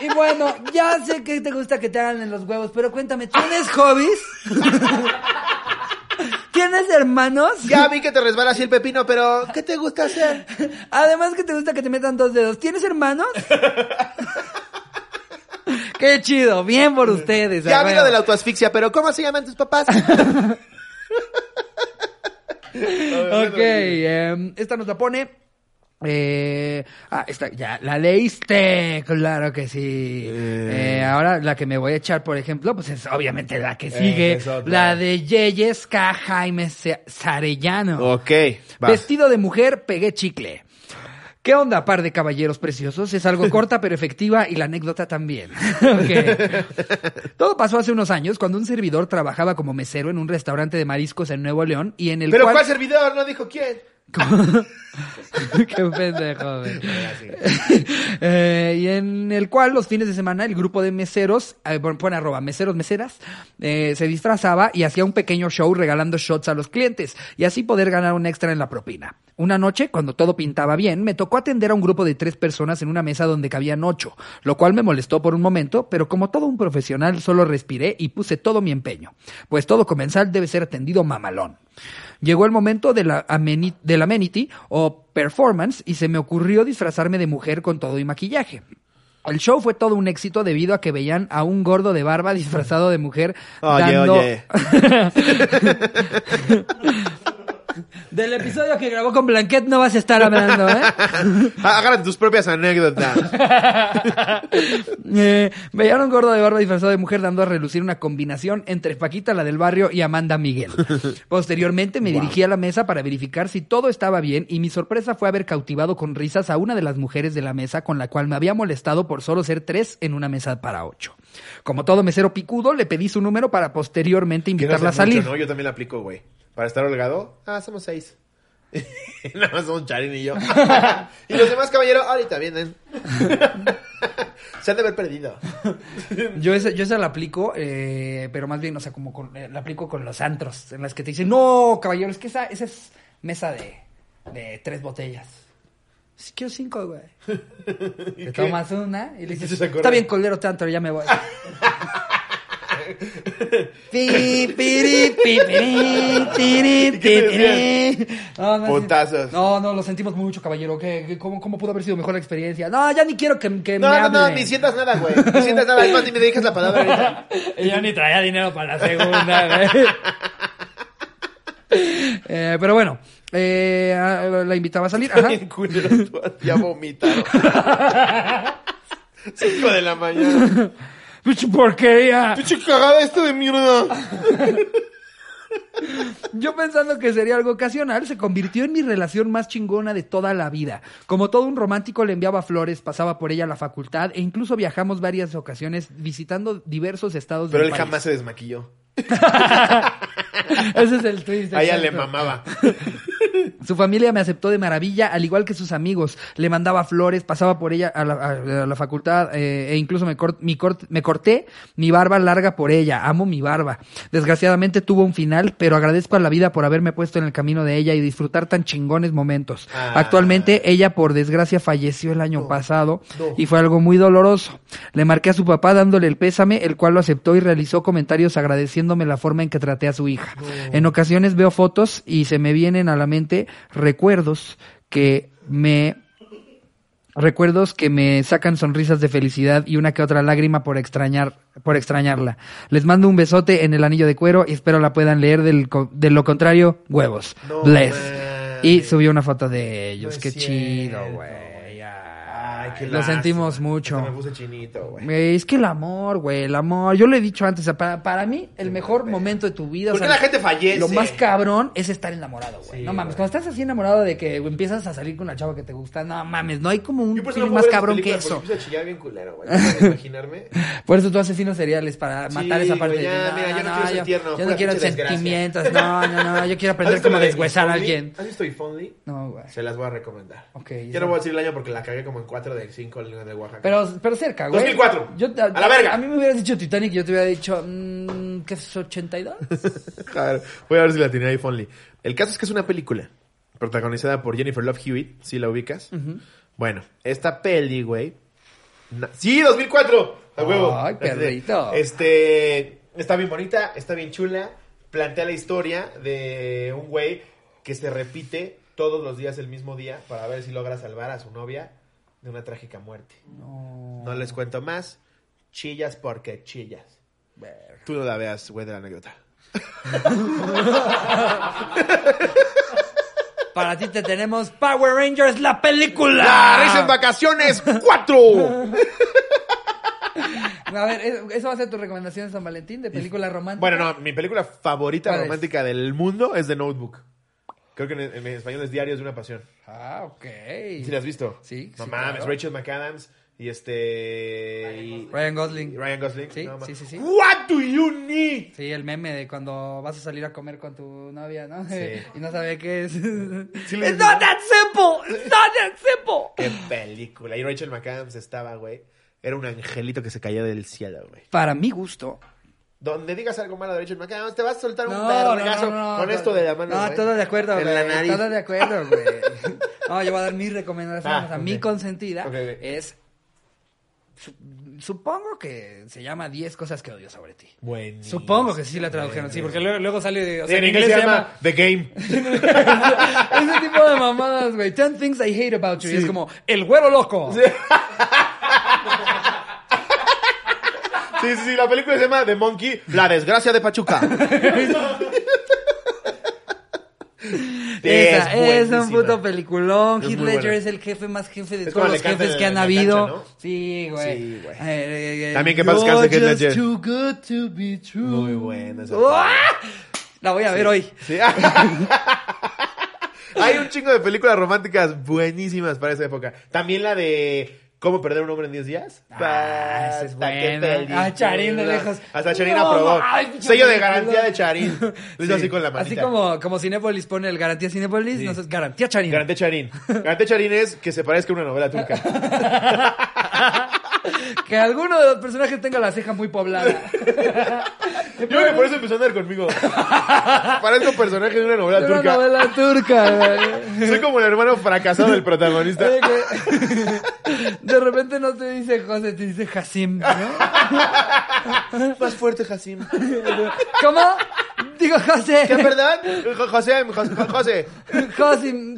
Y bueno, ya sé que te gusta que te hagan en los huevos, pero cuéntame, ¿tienes hobbies? ¿Tienes hermanos? Ya vi que te resbala así el pepino, pero ¿qué te gusta hacer? Además que te gusta que te metan dos dedos. ¿Tienes hermanos? Qué chido, bien por ustedes. a Ya vi lo huevo. de la autoasfixia, pero ¿cómo se llaman tus papás? Ok, em, esta nos la pone. eh, ah, esta, ya, la leíste, claro que sí. Eh. Eh, ahora la que me voy a echar, por ejemplo, pues es obviamente la que Eh, sigue, es otra. la de Yeyes K. Jaime Sa- Sarellano. Ok, vas. Vestido de mujer, pegué chicle. ¿Qué onda, par de caballeros preciosos? Es algo corta pero efectiva y la anécdota también. Ok. Todo pasó hace unos años cuando un servidor trabajaba como mesero en un restaurante de mariscos en Nuevo León y en el Pero cual... ¿cuál servidor? No dijo quién. Qué pendejo, güey. Eh, y en el cual los fines de semana el grupo de meseros, eh, pon pon arroba, meseros, meseras, eh, se disfrazaba y hacía un pequeño show regalando shots a los clientes y así poder ganar un extra en la propina. Una noche, cuando todo pintaba bien, me tocó atender a un grupo de tres personas en una mesa donde cabían ocho, lo cual me molestó por un momento, pero como todo un profesional solo respiré y puse todo mi empeño, pues todo comensal debe ser atendido mamalón. Llegó el momento de la, ameni- del amenity o performance y se me ocurrió disfrazarme de mujer con todo y maquillaje. El show fue todo un éxito debido a que veían a un gordo de barba disfrazado de mujer Oye, dando... oye. Del episodio que grabó con Blanquet no vas a estar hablando, ¿eh? Ah, Agarra tus propias anécdotas. Eh, veían a un gordo de barba disfrazado de mujer dando a relucir una combinación entre Paquita, la del barrio, y Amanda Miguel. Posteriormente me dirigí a la mesa para verificar si todo estaba bien y mi sorpresa fue haber cautivado con risas a una de las mujeres de la mesa con la cual me había molestado por solo ser tres en una mesa para ocho. Como todo mesero picudo, le pedí su número para posteriormente Que no invitarla a hace salir. mucho, ¿no? Yo también la aplico, güey. Para estar holgado, ah, somos seis. Nada más somos Charin y yo. y los demás caballeros, ahorita vienen. Se han de haber perdido. Yo esa, yo esa la aplico, eh, pero más bien, o sea, como con- eh, la aplico con los antros, en las que te dicen, no, caballero, es que esa, esa es mesa de, de tres botellas. Sí, Quiero cinco, güey. Te qué? tomas una y le ¿Y qué se dices, acuerda? está bien colero tanto, ya me voy. Pi, piri, pi, piri, tiri, ¿Y qué te ti, tiri. No, no, sí. Putazos. No, no, lo sentimos mucho, caballero. ¿Qué, qué- cómo, cómo pudo haber sido mejor la experiencia? No, ya ni quiero que, que me No, no, no, hablen. ni sientas nada, güey. Ni sientas nada. Es más, ni me dejes la palabra ahorita. Y yo ni traía dinero para la segunda, güey. Eh, pero bueno, eh, ah, la invitaba a salir. Ajá. Bien culero, tú has ya vomitado. Cinco de la mañana. ¡Pinche porquería! Pinche cagada esto de mierda. Yo pensando que sería algo ocasional, se convirtió en mi relación más chingona de toda la vida. Como todo un romántico le enviaba flores, pasaba por ella a la facultad e incluso viajamos varias ocasiones visitando diversos estados Pero del él país. jamás se desmaquilló. Ese es el twist. A ella le exacto. mamaba. Su familia me aceptó de maravilla, al igual que sus amigos. Le mandaba flores, pasaba por ella a la, a- a la facultad eh, e incluso me, cort- mi cort- me corté mi barba larga por ella. Amo mi barba. Desgraciadamente tuvo un final, pero agradezco a la vida por haberme puesto en el camino de ella y disfrutar tan chingones momentos. Ah. Actualmente ella, por desgracia, falleció el año pasado No. y fue algo muy doloroso. Le marqué a su papá dándole el pésame, el cual lo aceptó y realizó comentarios agradeciéndome la forma en que traté a su hija. En ocasiones veo fotos y se me vienen a la mente recuerdos que me Recuerdos que me sacan sonrisas de felicidad y una que otra lágrima por extrañar, por extrañarla. Les mando un besote en el anillo de cuero y espero la puedan leer del, co- de lo contrario, huevos. No Bless. mames. Y subió una foto de ellos. No Pues es Qué chido, cierto, güey. Ay, qué Lo lástima. sentimos mucho. Hasta Me puse chinito, güey. Güey, Eh, Es que el amor, güey, el amor. Yo lo he dicho antes, o sea, para, para mí, el mejor momento de tu vida. o ¿Por qué sea, la gente fallece? Lo más cabrón es estar enamorado, güey. Sí, no mames, güey. cuando estás así enamorado de que empiezas a salir con una chava que te gusta, no mames, no hay como un Yo por eso no feeling puedo más ver esas cabrón que películas, porque eso. empiezo a chillar bien culero, güey. No puedo imaginarme. Por eso tú haces asesinos seriales para Sí, matar esa parte güey, de ya, ti. mira, yo no quiero ser yo tierno, no pura quiero pinche desgracia. sentimientos, no, no, no, yo quiero ¿Has aprender visto cómo la de deshuesar a If Only? alguien. ¿Has visto If Only? No, güey. Se las voy a recomendar. Ok, Yo no voy a decir el año porque la cagué como en 4 de 5 en de Oaxaca. Pero, pero cerca, güey. 2004. Yo- A la verga. A mí me hubieras dicho Titanic y yo te hubiera dicho, mm, ¿qué es 82? A ver, voy a ver si la tenía ahí Only. El caso es que es una película protagonizada por Jennifer Love Hewitt, si la ubicas. Bueno, esta peli, güey. na- Sí, 2004. A huevo. Ay, perrito. Este, está bien bonita, está bien chula. Plantea la historia de un güey que se repite todos los días el mismo día para ver si logra salvar a su novia de una trágica muerte. No les cuento más. Chillas porque chillas. Verga. Tú no la veas, güey, de la anécdota. Para ti te tenemos Power Rangers, la película. ¡La risa en vacaciones 4! A ver, ¿es- ¿eso va a ser tu recomendación en San Valentín de película romántica? bueno, no, mi película favorita ¿Cuál es? romántica del mundo es The Notebook. Creo que en, en español es Diarios de una Pasión. Ah, ok. ¿Sí la has visto? Sí, No sí, mames, claro. Rachel McAdams y este. y- Ryan y Gosling. Ryan Gosling. Sí, No ma- sí, sí, sí. ¿What do you need? Sí, el meme de cuando vas a salir a comer con tu novia, ¿no? Sí. y no sabe qué es. le It's dices, not ¿no? that simple. It's not that simple. ¡Qué película! Y Rachel McAdams estaba, güey. Era un angelito que se cayó del cielo, güey. Para mi gusto. Donde digas algo malo de Rachel McAdams, te vas a soltar un No, vergazo no, no, no, con no. esto de la mano. No, güey. todo de acuerdo, En la güey. nariz. Todo de acuerdo, güey. No, yo voy a dar mi recomendación. Ah, o sea, ok. mi consentida Ok, ok. es. su- Supongo que se llama 10 cosas que odio sobre ti. Buenísimo. Supongo que sí la tradujeron, sí, porque luego, luego sale de. O sea, en inglés se llama The Game. Ese tipo de mamadas, güey. Ten things I hate about you. Y es como, el güero loco. Sí, sí, sí, la película se llama The Monkey, La desgracia de Pachuca. Esa, es, un buenísima. puto peliculón. Es Heath muy buena. Ledger es el jefe más jefe de Es todos como los le cantan jefes en que han la habido. cancha, ¿no? Sí, güey. Sí, güey. Eh, eh, También que you're paz descanse, Heath just Ledger. too good to be true. Muy buena esa ¡Ah! La voy a ver hoy. Sí. Hay un chingo de películas románticas buenísimas para esa época. También la de ¿Cómo perder un hombre en 10 días? Ah, esa es Hasta qué buena. película. Ah, Charín de lejos. Hasta Charín No, aprobó. ay, pinche Sello de película. garantía de Charín. Lo hizo Sí. así con la manita. Así como, como Cinépolis pone el garantía Cinépolis, Sí. no es garantía Charín. Garante Charín. Garante Charín es que se parezca a una novela turca. Que alguno de los personajes tenga la ceja muy poblada. Yo creo que por eso empezó a andar conmigo. Parezco un personaje de una novela Una turca. novela turca, güey. Soy como el hermano fracasado del protagonista. Oye, que- De repente no te dice José, te dice Jacim, ¿no? Más fuerte, Jacim. ¿Cómo? Digo José. ¿Qué, perdón? Jo- José, José, José. José.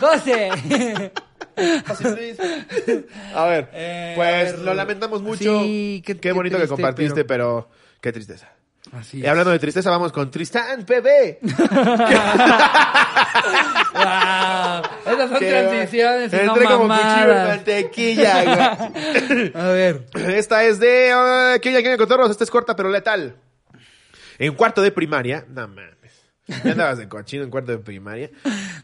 José. José Luis. A ver, Eh, a pues ver, lo lamentamos mucho. sí, qué- qué, qué bonito triste, que compartiste, pero... qué tristeza. Así Y es. hablando de tristeza, vamos con Tristán, bebé. Wow. Esas son Que- transiciones. y no Entré como cuchillo en mamadas. mantequilla, güey. A ver. Esta es de. ah, ¿Quién ya quiere contarnos? Esta es corta, pero letal. En cuarto de primaria. No mames. Ya andabas de cochino en cuarto de primaria.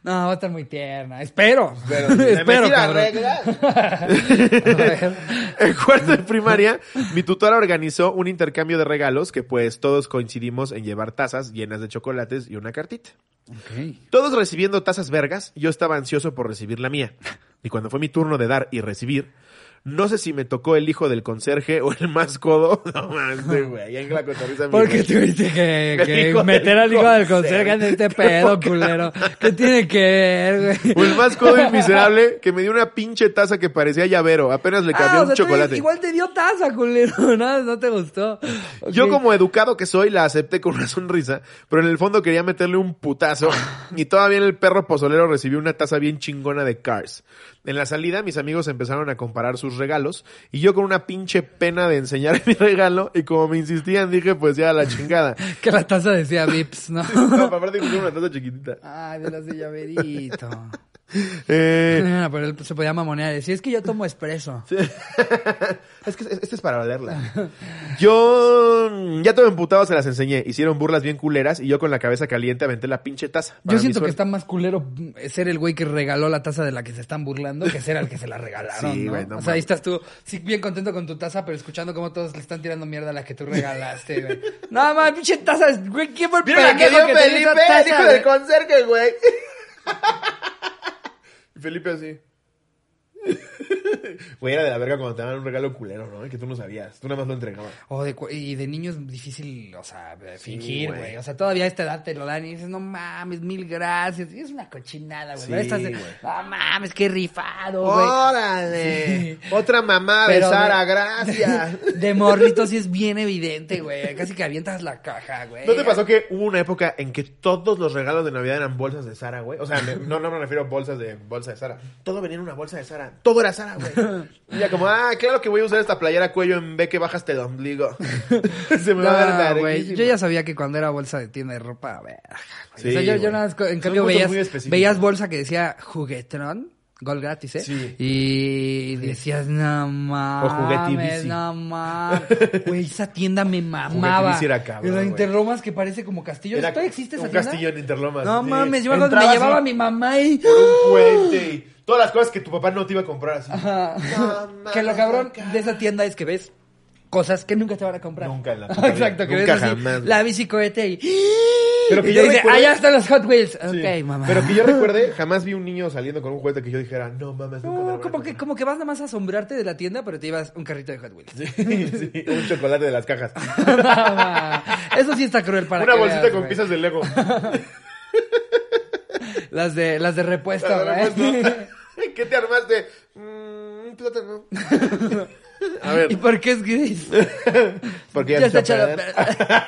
No, va a estar muy tierna. Espero. Me metí Espero, la cabrón. regla. A ver. En cuarto de primaria, mi tutora organizó un intercambio de regalos que, pues, todos coincidimos en llevar tazas llenas de chocolates y una cartita. Ok. Todos recibiendo tazas vergas, yo estaba ansioso por recibir la mía. Y cuando fue mi turno de dar y recibir, no sé si me tocó el hijo del conserje o el más codo. No mames, este güey. ahí en la cotorriza, mi Porque güey. tuviste que, El que hijo meter del al hijo del conserje. conserje en este pedo, culero. ¿Qué tiene que ver, güey? O el más codo y miserable que me dio una pinche taza que parecía llavero. Apenas le cambié Ah, o un sea, tú chocolate. igual te dio taza, culero. No, no te gustó. Ok. Yo como educado que soy la acepté con una sonrisa, pero en el fondo quería meterle un putazo y todavía el perro pozolero recibió una taza bien chingona de Cars. En la salida mis amigos empezaron a comparar sus regalos y yo con una pinche pena de enseñar mi regalo y como me insistían dije pues ya a la chingada. Que la taza decía Vips, ¿no? No, aparte encontré una taza chiquitita. Ay, de las de llaverito. Eh, Ah, Pero él se podía mamonear. Si es que yo tomo expreso. es que este es para valerla. Yo mm, ya todo emputado se las enseñé. Hicieron burlas bien culeras y yo con la cabeza caliente aventé la pinche taza. Para Yo mi siento que suerte. está más culero ser el güey que regaló la taza de la que se están burlando que ser al que se la regalaron. Sí, ¿no? güey, no o sea, ahí mames. estás tú, sí, bien contento con tu taza, pero escuchando cómo todos le están tirando mierda a la que tú regalaste, güey. No, mames, pinche taza, güey, qué fue el Mira la que pendejo dio te dio Felipe, esa taza, el hijo güey? del conserje, güey. Felipe así. Güey, era de la verga cuando te daban un regalo culero, ¿no? Que tú no sabías. Tú nada más lo entregabas. O de, cu- y de niño es difícil, o sea, fingir, güey. güey. O sea, todavía a esta edad te lo dan y dices, no mames, mil gracias. Y es una cochinada, güey. Sí, Ahora estás de, güey. no mames, qué rifado, Oh, güey. ¡Órale! Otra mamá Pero, besara, güey. gracias. De morrito sí es bien evidente, güey. Casi que avientas la caja, güey. ¿No te pasó que hubo una época en que todos los regalos de Navidad eran bolsas de Sara, güey? O sea, me- no, no me refiero a bolsas de bolsa de Sara. Todo venía en una bolsa de Sara. Todo era Sara, güey. Y ya como, ah, claro que voy a usar esta playera cuello en B que bajaste el ombligo. Se me va a No, ver güey. verguísima. Yo ya sabía que cuando era bolsa de tienda de ropa, verga, güey. Sí, o sea, yo, yo güey. nada más, co- en Son cambio cosas veías, muy específicas. veías bolsa que decía juguetrón, gol gratis, ¿eh? Sí. Y decías, no mames, Juguetibici. no mames. Güey, esa tienda me mamaba. Juguetibici era cabrón, Y la güey. Interromas que parece como castillo. Era ¿Todavía existe esa un tienda? castillo en Interlomas. No sí. mames, yo me acuerdo que me Entrabas llevaba y- mi mamá y... ¡uh! Por un puente y todas las cosas que tu papá no te iba a comprar así. Ajá. Mamá, que lo cabrón acá. de esa tienda es que ves cosas que nunca te van a comprar. Nunca en la puta vida. Exacto, que Nunca ves así jamás. la bici cohete y. Pero que y yo te dice, recuerde- allá están los Hot Wheels. Sí. Ok, mamá. Pero que yo recuerde, jamás vi un niño saliendo con un juguete que yo dijera, no mames, nunca me lo No, van a como que, como que vas nada más a asombrarte de la tienda, pero te llevas un carrito de Hot Wheels. Sí, sí, un chocolate de las cajas. Eso sí está cruel para Una que bolsita veas, con güey. piezas de Lego. Las de, las de repuesto, Además, ¿verdad? ¿no? ¿Qué te armaste? Mm, un plátano. A ver, ¿Y por qué es gris? porque Ya ya, está se hecha echó a la perder. per-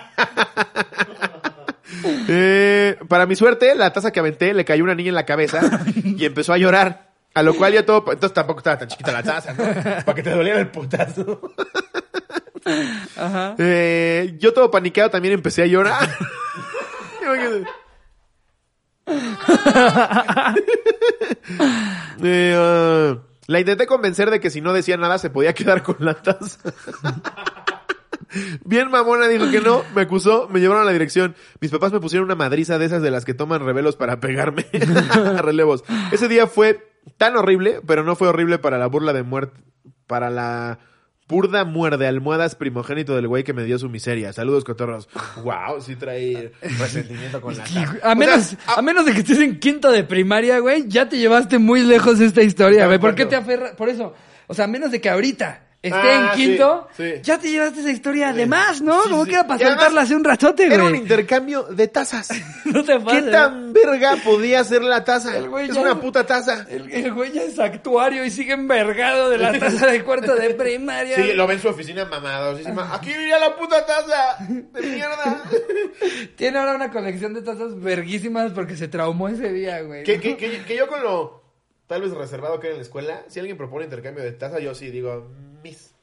Eh, para mi suerte, la taza que aventé le cayó una niña en la cabeza y empezó a llorar. A lo cual yo todo... Entonces tampoco estaba tan chiquita la taza, ¿no? Para que te doliera el putazo. Ajá. Eh, yo todo paniqueado también empecé a llorar. Imagínate. Eh, ah, la intenté convencer de que si no decía nada se podía quedar con la taza. Bien mamona dijo que no, me acusó, me llevaron a la dirección. Mis papás me pusieron una madriza de esas de las que toman revelos para pegarme a relevos. Ese día fue tan horrible, pero no fue horrible para la burla de muerte, para la burda muerde almohadas primogénito del güey que me dio su miseria. Saludos cotorros. Wow, sí trae resentimiento con la taza. A O menos, sea, a menos de que estés en quinto de primaria, güey, ya te llevaste muy lejos esta historia, Ya güey. me ¿Por qué acuerdo. te aferras? Por eso. O sea, a menos de que ahorita esté Ah, en sí, quinto, sí. ya te llevaste esa historia de más, ¿no? Sí, Como sí. que era para Y además, soltarla hace un ratote, Era un güey. intercambio de tazas. No te ¿Qué pases. tan verga podía ser la taza? El güey Es ya- una puta taza. El, el güey ya es actuario y sigue envergado de la taza de cuarto de primaria. Sí, lo ve en su oficina mamado. así, Aquí ya la puta taza. De mierda. Tiene ahora una colección de tazas verguísimas porque se traumó ese día, güey. que, que- que- que yo con lo tal vez reservado que era en la escuela, si alguien propone intercambio de taza, yo sí digo, mis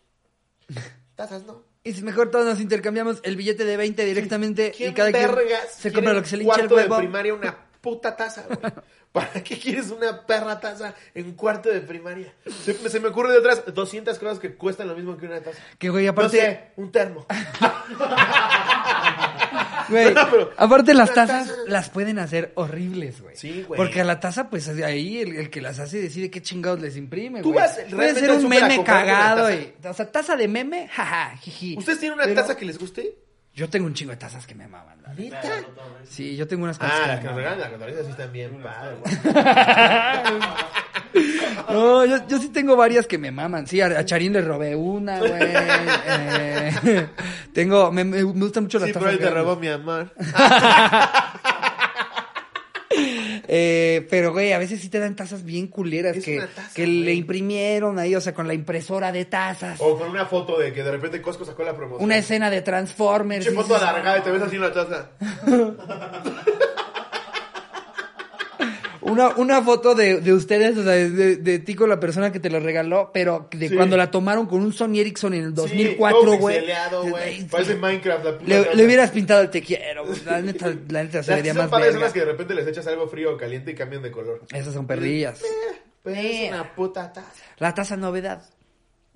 tazas no. Y si mejor todos nos intercambiamos el billete de 20 directamente y ¿Quién cada quien vergas se quiere compra lo en que se le hincha el cuarto huevo. de primaria una puta taza, güey? ¿Para qué quieres una perra taza en cuarto de primaria? Se, me- se me ocurre de otras 200 cosas que cuestan lo mismo que una taza. Que güey, No aparte, sé, un termo. güey, No, pero- aparte las Una tazas taza. las pueden hacer horribles, güey. Sí, güey. Porque a la taza, pues ahí el, el que las hace decide qué chingados les imprime, Tú güey. vas Puede realmente ser al un súper a meme comprarte una cagado taza. y, o sea, taza de meme, jaja, jiji. ¿Ustedes tienen una Pero taza que les guste? Yo tengo un chingo de tazas que me amaban. la neta. ¿Neta? Sí, yo tengo unas cosas Ah, que las me que nos amaban. regalan las contabilidades sí están bien padres. No, yo, yo sí tengo varias que me maman. Sí, a, a Charín le robé una, güey. Eh, tengo, me, me me gustan mucho las Sí, pero tazas. él te grandes. robó mi amor. Eh, pero, güey, a veces sí te dan tazas bien culeras Es que, una taza, que güey. Oh, le imprimieron ahí, o sea, con la impresora de tazas. O con una foto de que de repente Costco sacó la promoción. Una escena de Transformers. Pinche y foto dices, alargada y te ves así en la taza. Una, una foto de, de ustedes, o sea, de, de ti con la persona que te la regaló, pero de Sí. cuando la tomaron con un Sony Ericsson en el Sí, 2004, todo güey. pixeleado, Ay, güey. Parece Minecraft, la puta Le, taza. le hubieras pintado el te quiero. güey. La neta, la neta Las que sería son más padres son verga. las que de repente les echas algo frío o caliente y cambian de color. Esas son perrillas. Pero Mira. es una puta taza. La taza novedad.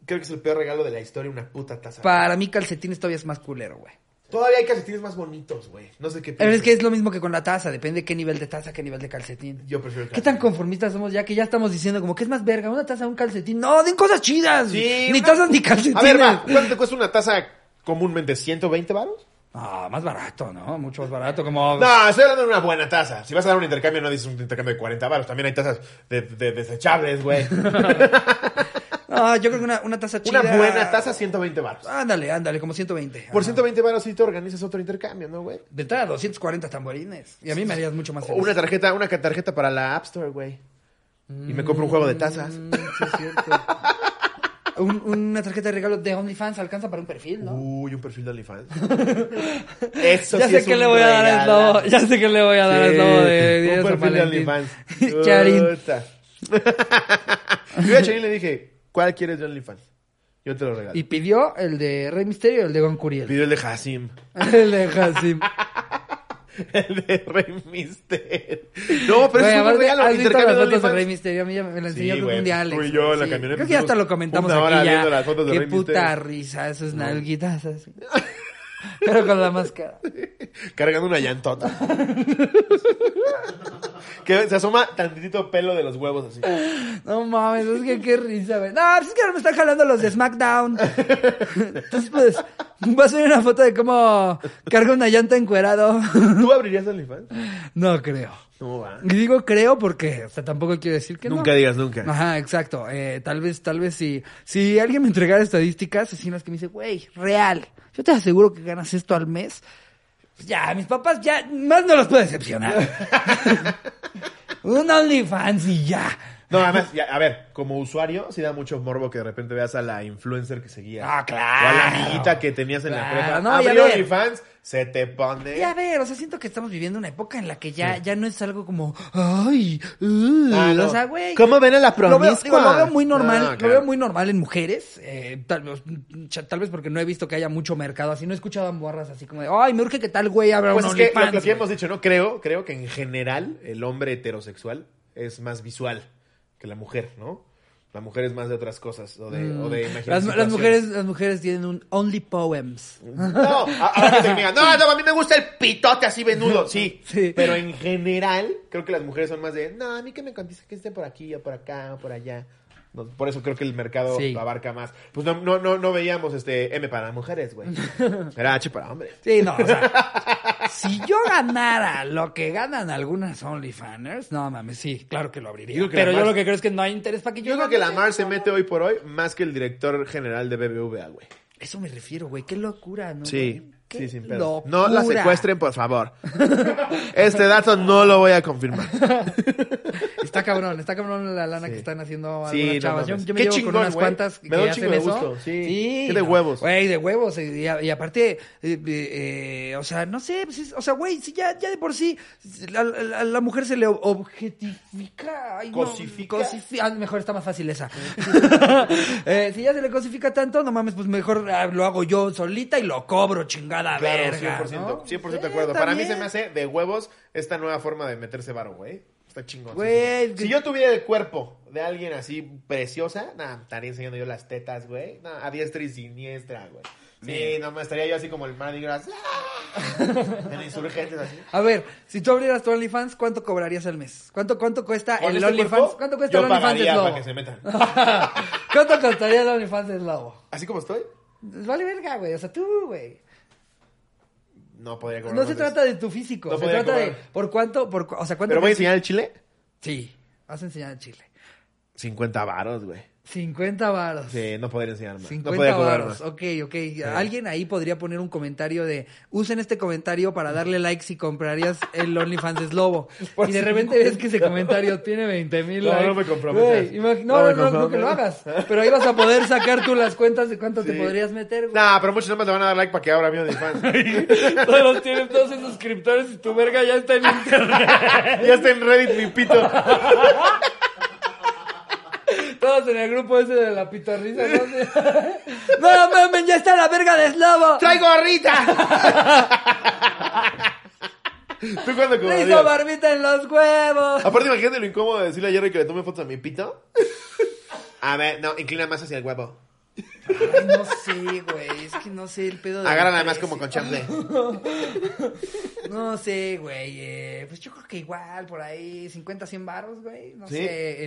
Creo que es el peor regalo de la historia, una puta taza. Para mí calcetines todavía es más culero, güey. Todavía hay calcetines más bonitos, güey. No sé qué Pero piensas. es que es lo mismo que con la taza, depende qué nivel de taza, qué nivel de calcetín. Yo prefiero el ¿Qué tan calcetín. conformistas somos ya que ya estamos diciendo como que es más verga una taza, un calcetín? No, den cosas chidas. Sí, ni una- tazas ni calcetines. A ver, va, ¿cuánto te cuesta una taza comúnmente? ¿120 varos? Ah, más barato, ¿no? Mucho más barato, como... No, estoy hablando de una buena taza. Si vas a dar un intercambio, no dices un intercambio de 40 varos. También hay tazas de, de desechables, güey. No, Ah, yo creo que una, una taza chida... una buena taza, 120 varos. Ándale, ándale, como 120. Por Ajá. 120 varos sí te organizas otro intercambio, ¿no, güey? De entrada, 240 tamborines. Y a mí me harías mucho más O feliz. Una tarjeta, una ca- tarjeta para la App Store, güey. Y me compro un juego de tazas. Mm, sí es cierto. Un- una tarjeta de regalo de OnlyFans alcanza para un perfil, ¿no? Uy, un perfil de OnlyFans. Eso ya sí sé es que un le voy a dar el regalazo. lobo. Ya sé que le voy a dar el lobo de Sí, de un San perfil de Valentín. OnlyFans. Charín. Puta. Yo a Charín le dije, ¿cuál quieres de OnlyFans? Yo te lo regalo. Y Y pidió el de Rey Misterio y el de Gon Curiel. pidió el de Hasim. El de Hassim. El de Rey Mister. No, pero Güey, es un aparte, regalo. ¿has visto las fotos Intercambio de de Rey OnlyFans. Misterio? A mí ya me la Sí, enseñó creo que güey, un día tú Alex. y yo en la Sí. camioneta Creo que ya hasta lo pusimos comentamos una hora aquí ya. viendo las fotos de Qué Rey puta Misterio. risa, esas nalguitas así. Pero con la máscara. Cargando una llantota. que se asoma tantitito pelo de los huevos así. No mames, es que qué risa, güey. No, pues es que ahora me están jalando los de SmackDown. Entonces, pues, va a subir una foto de cómo carga una llanta encuerado. ¿Tú abrirías OnlyFans? No creo. No, va. Y digo creo porque, o sea, tampoco quiero decir que no. Nunca digas nunca. Ajá, exacto. Eh, tal vez, tal vez si, si alguien me entregara estadísticas, así en las que me dice, güey, real, yo te aseguro que ganas esto al mes. Pues ya, mis papás ya, más no los puedo decepcionar. Un OnlyFans y ya. No, además, ya, a ver, como usuario, sí da mucho morbo que de repente veas a la influencer que seguías. Ah, O a la claro. amiguita que tenías en Claro, la prepa. no, No, y a Abrí ver. OnlyFans, se te pone. Y a ver, o sea, siento que estamos viviendo una época en la que ya, ya no es algo como, ay, uh", Ah, no. o sea, güey. ¿Cómo ven a la Lo veo, promiscua? digo, lo veo muy normal, No, lo veo claro. muy normal en mujeres, eh, tal, vez- cha- tal vez porque no he visto que haya mucho mercado así, no he escuchado a morras así como de, ay, me urge que tal güey abra Pues un es que lo- lo, OnlyFans", que güey". hemos dicho, ¿no? Creo, creo que en general el hombre heterosexual es más visual que la mujer, ¿no? La mujer es más de otras cosas o de, o de imaginar Mm. las, las situaciones. mujeres, las mujeres tienen un Only Poems. No, a- ahora que se digan, no, no, a mí me gusta el pitote así venudo. Sí, Sí. pero en general creo que las mujeres son más de, no, a mí que me conteste que esté por aquí o por acá o por allá. No, por eso creo que el mercado Sí. lo abarca más. Pues no, no, no, no veíamos este M para mujeres, güey. Era H para hombres. Sí, no, o sea, Si yo ganara lo que ganan algunas OnlyFanners, no mames, sí, claro que lo abriría. Digo que Pero la yo Mar- lo que creo es que no hay interés para que yo. Yo creo que la gane. Mar se mete hoy por hoy más que el director general de BBVA, güey. Eso me refiero, güey. Qué locura, ¿no? Sí, Qué sí, sin pedo. No la locura. secuestren, por favor. Este dato no lo voy a confirmar. Está cabrón, está cabrón la lana Sí. que están haciendo Sí, algunas no chavas. Yo, mames. yo me Qué llevo chingón, con unas güey. cuantas Me que da un hacen chingo de eso. gusto, sí. Qué de huevos. Güey, de huevos. Y, y- y aparte, eh, eh, eh, o sea, no sé, pues es- o sea, güey, si ya, ya de por sí la, la- la mujer se le ob- objetifica. ay, no, Cosifica. cosifi- ah, mejor está más fácil esa. Eh, si ya se le cosifica tanto, no mames, pues mejor ah, lo hago yo solita y lo cobro, chingada Claro, verga. 100%, ¿no? 100% Sí, de acuerdo. está Para mí bien. se me hace de huevos esta nueva forma de meterse varo, güey. Está chingón. Güey, Si yo tuviera el cuerpo de alguien así preciosa, nada, estaría enseñando yo las tetas, güey. Nah, a diestra y siniestra, güey. Sí, nomás estaría yo así como el Mardi Gras. ¡ah! en insurgentes así. A ver, si tú abrieras tu OnlyFans, ¿cuánto cobrarías al mes? ¿Cuánto, cuánto cuesta Con el este OnlyFans? cuerpo, ¿Cuánto cuesta yo el OnlyFans de pagaría para Slobo? que se metan. ¿Cuánto costaría el OnlyFans de Slobo? Así como estoy, Vale verga, güey. O sea, tú, güey. no podría cobrar. No más se de eso. trata de tu físico. pues, No se podría trata de cobrar. por cuánto, por, cu- o sea, cuánto. ¿Pero voy a enseñar el chile? Sí, vas a enseñar en Chile. 50 varos, güey. 50 varos. Sí, no podría enseñar más. No 50 podría cobrar varos. más. Ok, ok. Alguien ahí podría poner un comentario de usen este comentario para darle like si comprarías el OnlyFans de Slobo. Por y de repente ves que ese comentario tiene 20 mil No, likes. no me comprometas. Güey, imag- No No, me no, no, no que lo hagas. comprometas. Pero ahí vas a poder sacar tú las cuentas de cuánto te Sí. podrías meter, güey. Nah, pero muchos nomás le van a dar like para que abra mío de fans. Todos tienen todos esos suscriptores y tu verga ya está en internet. ya está en Reddit mi pito. Todos en el grupo ese de la pitorrisa. No, no mames, ya está la verga de Slobo. ¡Traigo gorrita! ¿Tú cuándo Le hizo cobrarías? barbita en los huevos. Aparte, imagínate lo incómodo de decirle a Jerry que le tome fotos a mi pito. A ver, no, inclina más hacia el huevo. Ay, no sé, güey. Es que no sé el pedo de. Agárrala más como con chamble. No sé, güey. eh, pues yo creo que igual, por ahí, 50, 100 baros, güey. No ¿Sí? sé.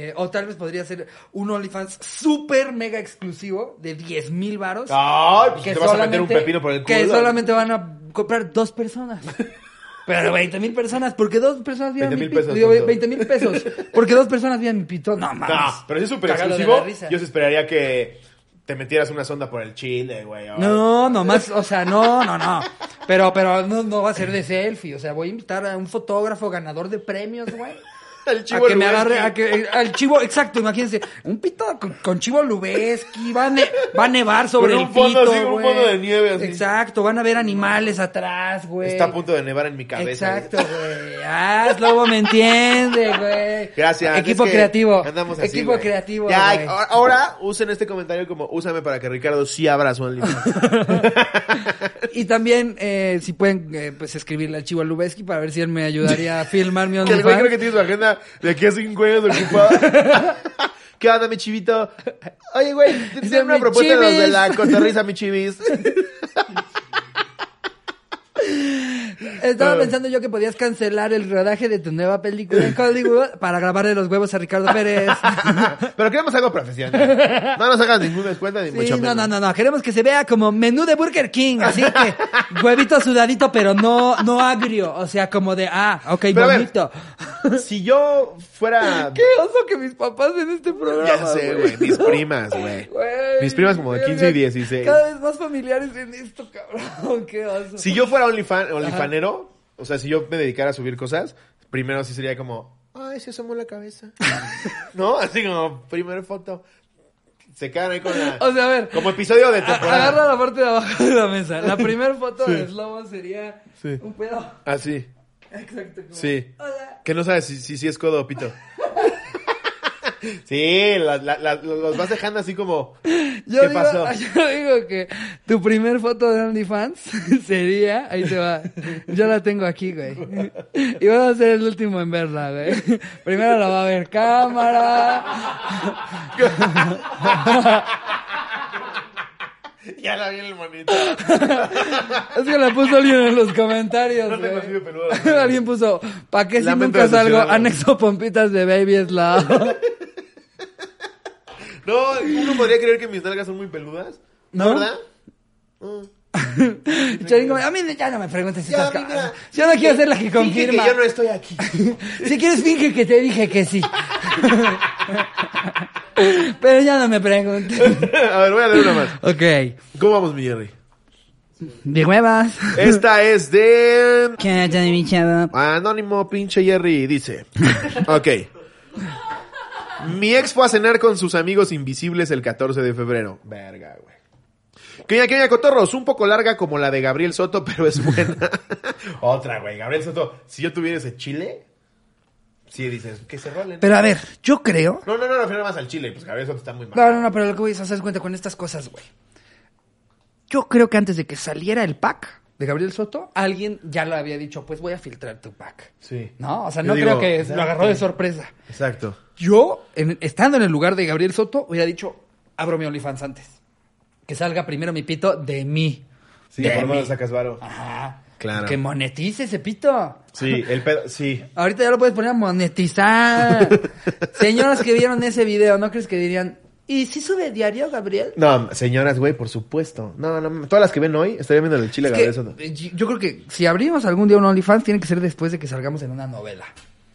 eh, o tal vez podría ser un OnlyFans súper mega exclusivo de 10 mil baros. ¡Ay! Pues te vas a meter un solamente- pepino por el culo. Que solamente van a comprar dos personas. Pero 20 mil personas, porque dos personas vieron 20,000 mi pito. pesos, Digo, tonto. 20 mil pesos, porque dos personas vieron mi pito. No mames. No, pero si es súper Cagado de exclusivo, la risa. yo se esperaría que te metieras una sonda por el chile, güey. o- No, nomás, o sea, no, no, no. Pero, pero no, no va a ser de selfie. O sea, voy a invitar a un fotógrafo ganador de premios, güey. El A chivo que me Lubeski. agarre, a que, eh, al chivo, exacto, imagínense, un pito con, con chivo Lubeski, va a, ne- va a nevar sobre Con un el fondo pito, así, con un güey. fondo de nieve, así. Exacto, van a ver animales atrás, güey. Está a punto de nevar en mi cabeza. Exacto, güey. Ah, Slobo me entiende, güey. Gracias. Equipo es que creativo. Andamos así, Equipo güey. creativo, Ya, güey. ahora- ahora usen este comentario como úsame para que Ricardo sí abra su OnlyFans. Y también, eh, si pueden, eh, pues escribirle al chivo Lubeski para ver si él me ayudaría a filmar mi que el güey OnlyFans. creo que tiene su agenda de aquí a cinco años ocupada. ¿Qué onda, mi chivito? Oye, güey, Dice, tiene una "Mi propuesta de los de chivis". la cotorriza, mi chivis. Estaba pensando yo que podías cancelar el rodaje de tu nueva película en Hollywood para grabarle los huevos a Ricardo Pérez. Ah, Pero queremos algo profesional. No nos hagas ningún descuento ni Sí, mucho no, menos. no, no, no, queremos que se vea como menú de Burger King, así que huevito sudadito, pero no, no agrio, o sea, como de, ah, ok, Pero a ver. bonito. Si yo fuera... Qué oso que mis papás ven este programa. Ya sé, güey. Mis primas, güey. Güey, Mis primas como de 15 y 16. Cada vez más familiares en esto, cabrón. Qué oso. Si yo fuera OnlyFan, OnlyFanero, o sea, si yo me dedicara a subir cosas, primero sí sería como, ay, se asomó la cabeza. ¿No? Así como, primer foto. Se quedan ahí con la. O sea, a ver. como episodio de a- agarra temporada. la parte de abajo de la mesa. La primera foto de Slobo sería Sí. un pedo. Así. Exacto. como, Ah, Sí. Hola. Que no sabes si, si, si es codo o pito. Sí, la- la- la- los vas dejando así como. ¿Qué Yo digo, pasó? yo digo que tu primer foto de OnlyFans sería, ahí te va, yo la tengo aquí, güey. Y vas a ser el último en verla, güey. Primero la va a ver cámara. Ya la vi en el monito. Es que la puso alguien en los comentarios, No tengo güey. así de peludo la madre. Alguien puso, ¿pa' qué si Lamento nunca salgo? decepcionarlo. Anexo pompitas de Baby Slow. No, uno podría creer que mis nalgas son muy peludas. ¿No? ¿No? ¿Verdad? Mm. Charín como, a mí ya no me preguntes Ya, esas a mí, cosas. mira, Yo no quiero finge- ser la que finge confirma. que yo no estoy aquí. Si quieres, finge que te dije que sí. Pero ya no me preguntes. a ver, voy a leer una más. Ok. ¿Cómo vamos, mi Jerry? De huevas. Esta es de... ¿Qué onda, mi chavo? Anónimo pinche Jerry dice. Ok. Mi ex fue a cenar con sus amigos invisibles el 14 de febrero. Verga, güey. Que ya, que ya, cotorros, un poco larga como la de Gabriel Soto, pero es buena. Otra, güey. Gabriel Soto, si yo tuviera ese chile, sí dices, que se rolen. Pero a ver, yo creo. No, no, no, refiero más al chile. Pues Gabriel Soto está muy mal. No, no, no, pero lo que voy a hacer cuenta con estas cosas, güey. Yo creo que antes de que saliera el pack de Gabriel Soto, alguien ya lo había dicho, pues voy a filtrar tu pack. Sí. No, o sea, Yo no digo, creo que exacto. lo agarró de sorpresa. Exacto. Yo, en- estando en el lugar de Gabriel Soto, hubiera dicho, abro mi OnlyFans antes. Que salga primero mi pito de mí. Sí, De Ah. por lo mí. menos sacas varo. Ajá. Claro. Que monetice ese pito. Sí, el pedo, sí. Ahorita ya lo puedes poner a monetizar. Señoras que vieron ese video, ¿no crees que dirían, ¿y si sube diario, Gabriel? No, señoras, güey, por supuesto. No, no, todas las que ven hoy estaría viendo el chile Es que, Gabriel Soto. eh, yo creo que si abrimos algún día un OnlyFans, tiene que ser después de que salgamos en una novela.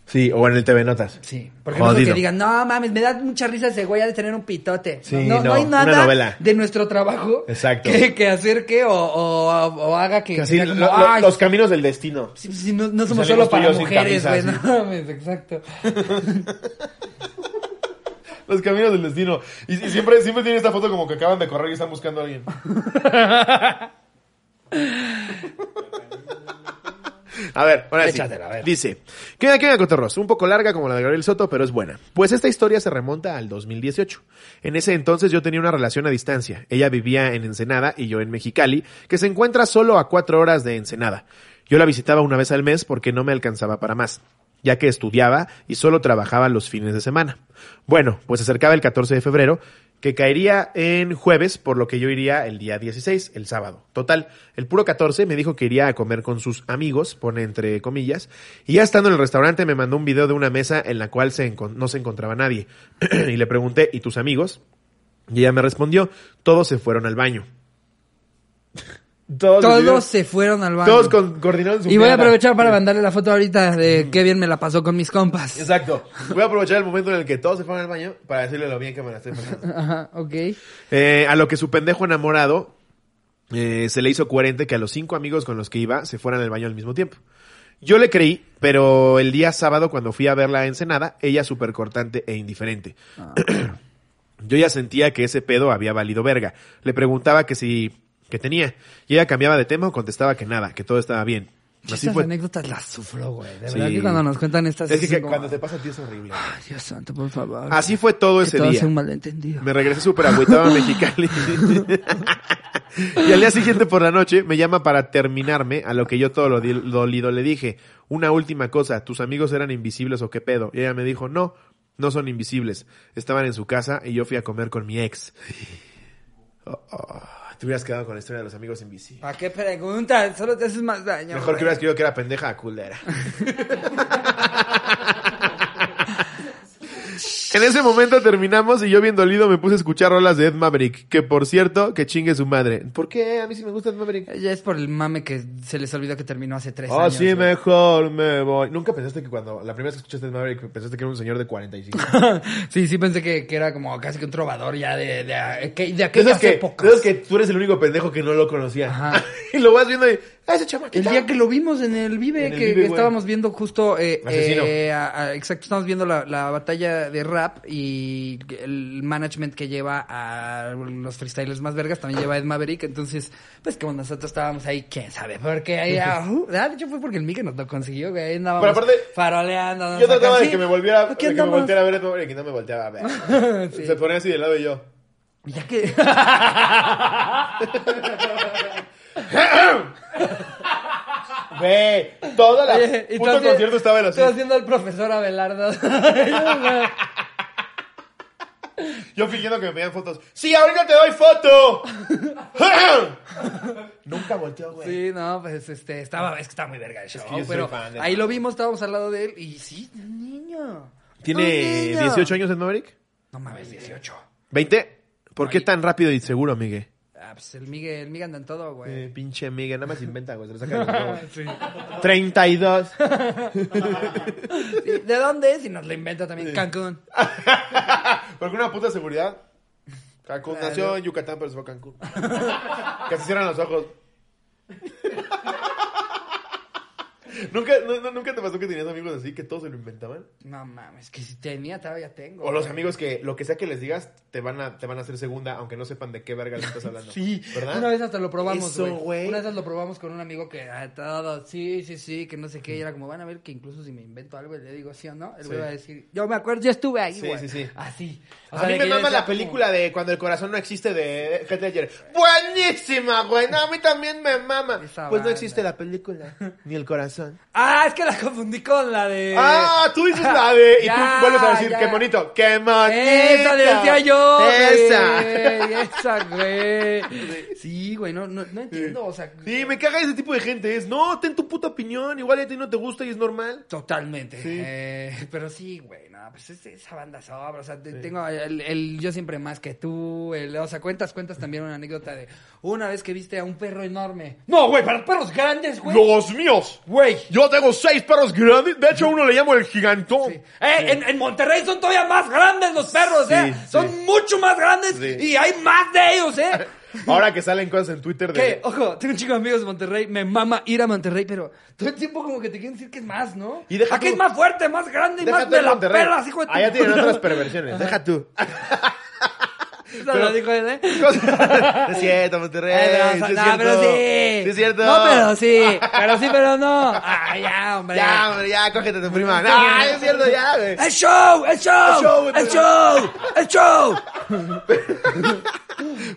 Sí, o en el TV Notas. Sí. Porque no es lo que Jodido. digan, no mames, me da mucha risa ese güey ha de tener un pitote. Sí, no, no, hay una nada novela. de nuestro trabajo Exacto. que, que acerque o, o- o haga que. Que así, sea como, lo- lo- "Ay, los caminos del destino. sí, sí, no, no somos solo Salimos tú y para yo sin mujeres, güey. camisa, No mames, exacto. Los caminos del destino. Y, y siempre, siempre tiene esta foto como que acaban de correr y están buscando a alguien. A ver, ahora sí. Échatela, a ver. Dice, ¿qué onda, qué onda, cotorros? Un poco larga como la de Gabriel Soto, pero es buena. Pues esta historia se remonta al 2018. En ese entonces yo tenía una relación a distancia. Ella vivía en Ensenada y yo en Mexicali, que se encuentra solo a cuatro horas de Ensenada. Yo la visitaba una vez al mes porque no me alcanzaba para más, ya que estudiaba y solo trabajaba los fines de semana. Bueno, pues se acercaba el 14 de febrero, que caería en jueves, por lo que yo iría el día 16, el sábado. Total, el puro 14 me dijo que iría a comer con sus amigos, pone entre comillas, y ya estando en el restaurante me mandó un video de una mesa en la cual se encon- no se encontraba nadie. y le pregunté, ¿y tus amigos? Y ella me respondió, todos se fueron al baño. todos Todos decidieron- se fueron al baño. todos con- coordinaron su y voy a mierda. aprovechar para mandarle la foto ahorita de qué bien me la pasó con mis compas. Exacto. Voy a aprovechar el momento en el que todos se fueron al baño para decirle lo bien que me la estoy pasando. Ajá, ok. Eh, a lo que su pendejo enamorado eh, se le hizo coherente que a los cinco amigos con los que iba se fueran al baño al mismo tiempo. Yo le creí, pero el día sábado cuando fui a verla a Ensenada, ella súper cortante e indiferente. Ah. Yo ya sentía que ese pedo había valido verga. Le preguntaba que si... que tenía. Y ella cambiaba de tema o contestaba que nada, que todo estaba bien. Así estas fue. anécdotas las sufro, güey. De Sí. verdad que cuando nos cuentan estas... Es que, sí son que como, cuando te pasa a ti es horrible. "Ay, Dios santo, por favor. Así fue todo Ah. que ese todo día. sea un malentendido. Me regresé súper agüitado a Mexicali. y al día siguiente por la noche me llama para terminarme, a lo que yo todo lo di- dolido le dije, una última cosa, ¿tus amigos eran invisibles o qué pedo? Y ella me dijo, no, no son invisibles. Estaban en su casa y yo fui a comer con mi ex. Oh, oh, te hubieras quedado con la historia de los amigos invisibles. ¿Para qué preguntas? Solo te haces más daño. Mejor que güey. hubieras creído que era pendeja culera. En ese momento terminamos y yo bien dolido me puse a escuchar rolas de Ed Maverick, que por cierto, que chingue su madre. ¿Por qué? A mí sí me gusta Ed Maverick. Ya es por el mame que se les olvidó que terminó hace tres Ah, años. sí, güey. mejor me voy. Nunca pensaste que cuando la primera vez que escuchaste Ed Maverick pensaste que era un señor de 45. sí, sí pensé que, que era como casi que un trovador ya de, de, que- de De esos aquellas Pues que, épocas. de esos que tú eres el único pendejo que no lo conocía. Ajá. y lo vas viendo y, ah, ese chamaquito. El día que lo vimos en el Vive, En el que Vive, güey. estábamos viendo justo... eh, Asesino. eh, a- a- exacto, estábamos viendo la, la batalla de rap y el management que lleva a los freestylers más vergas también lleva a Ed Maverick. Entonces, pues como nosotros estábamos ahí, quién sabe por qué. Ahí, ah, uh, ah, de hecho fue porque el Miguel nos lo consiguió, güey. Ahí andábamos Pero aparte, faroleando. Yo nos trataba sacan, de sí, que me volviera, de aquí que me andamos. volteara a ver Ed Maverick y no me volteaba a ver. Sí. Se ponía así de lado y yo. Ya que... Güey, todo la Oye, y puto tú haci- concierto estaba en así. tú haciendo al profesor Abelardo. Yo fingiendo que me pedían fotos. ¡Sí, ahorita te doy foto! Nunca volteó, güey. Sí, no, pues este, estaba, es que estaba muy verga el show, que yo soy pero fan de- ahí lo vimos, estábamos al lado de él y sí, un niño. ¿Tiene Un niño. 18 años en Maverick? No mames, 18. ¿20? ¿Por qué tan rápido y seguro, Miguel? Ah, pues el Miguel, el Miguel anda en todo, güey. Eh, pinche Miguel, nada más inventa, güey. Se lo saca de los huevos. Sí. 32. Sí, ¿De dónde es? Y nos lo inventa también Cancún. Porque una puta seguridad. Cancún. Nació en Yucatán, pero se fue a Cancún. Casi cierran los ojos. ¿Nunca, no- no- ¿Nunca te pasó que tenías amigos así que todos se lo inventaban? No mames, que si tenía, todavía tengo. O los güey. amigos que lo que sea que les digas te van a, te van a hacer segunda, aunque no sepan de qué verga le estás hablando. Sí, ¿verdad? una vez hasta lo probamos, Eso, güey. güey. Una vez lo probamos con un amigo que ah, todo, sí, sí, sí, que no sé qué. Y era como, van a ver que incluso si me invento algo y le digo sí o no, él Sí. me va a decir, yo me acuerdo, yo estuve ahí, Sí, güey. sí, sí. Así. O A sea, mí de me que yo mama decía la como- película de Cuando el corazón no existe de Heath Ledger. Buenísima, güey. No, a mí también me mama. Esa pues banda. no existe la película, ni el corazón. Ah, es que la confundí con la de... Ah, tú dices la de. Eh, Y Ya, tú vuelves a decir, ya. qué bonito, qué bonito. Esa le decía yo. Esa. güey, Esa, güey. Sí, güey, no, no, no entiendo, o sea... Sí, me caga ese tipo de gente. Es, no, ten tu puta opinión. Igual a ti no te gusta y es normal. Totalmente. Sí. Eh, pero sí, güey, no, pues es- esa banda sobra. O sea, te- tengo el, el yo siempre más que tú. el- o sea, cuentas, cuentas también una anécdota de una vez que viste a un perro enorme. No, güey, para perros grandes, güey. Los míos. Güey. Yo tengo seis perros grandes. De hecho, a uno le llamo el gigantón. Sí. Eh, En, en Monterrey son todavía más grandes los perros, Sí, ¿eh? sí. Son mucho más grandes Sí. y hay más de ellos, ¿eh? Ahora que salen cosas en Twitter de. Que, ojo, tengo un chico de amigos de Monterrey, me mama ir a Monterrey, pero todo el tiempo como que te quieren decir que es más, ¿no? Y deja Aquí tú- es más fuerte, más grande y Deja más tú me en la Monterrey. pelas, hijo de tu Allá tienen puta otras perversiones. Deja tú. Eso lo dijo él, ¿eh? No es cierto, Monterrey. Eh, pero, sí es no, cierto. pero sí. Sí es cierto. No, pero sí. Pero sí, pero no. Ah, ya, hombre. Ya, hombre, ya, cógete a tu prima. No, es cierto, ya, güey. ¡El show! ¡El El show, show! ¡El entonces. show! ¡El show!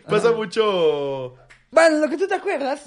Pasa mucho. Bueno, lo que tú te acuerdas.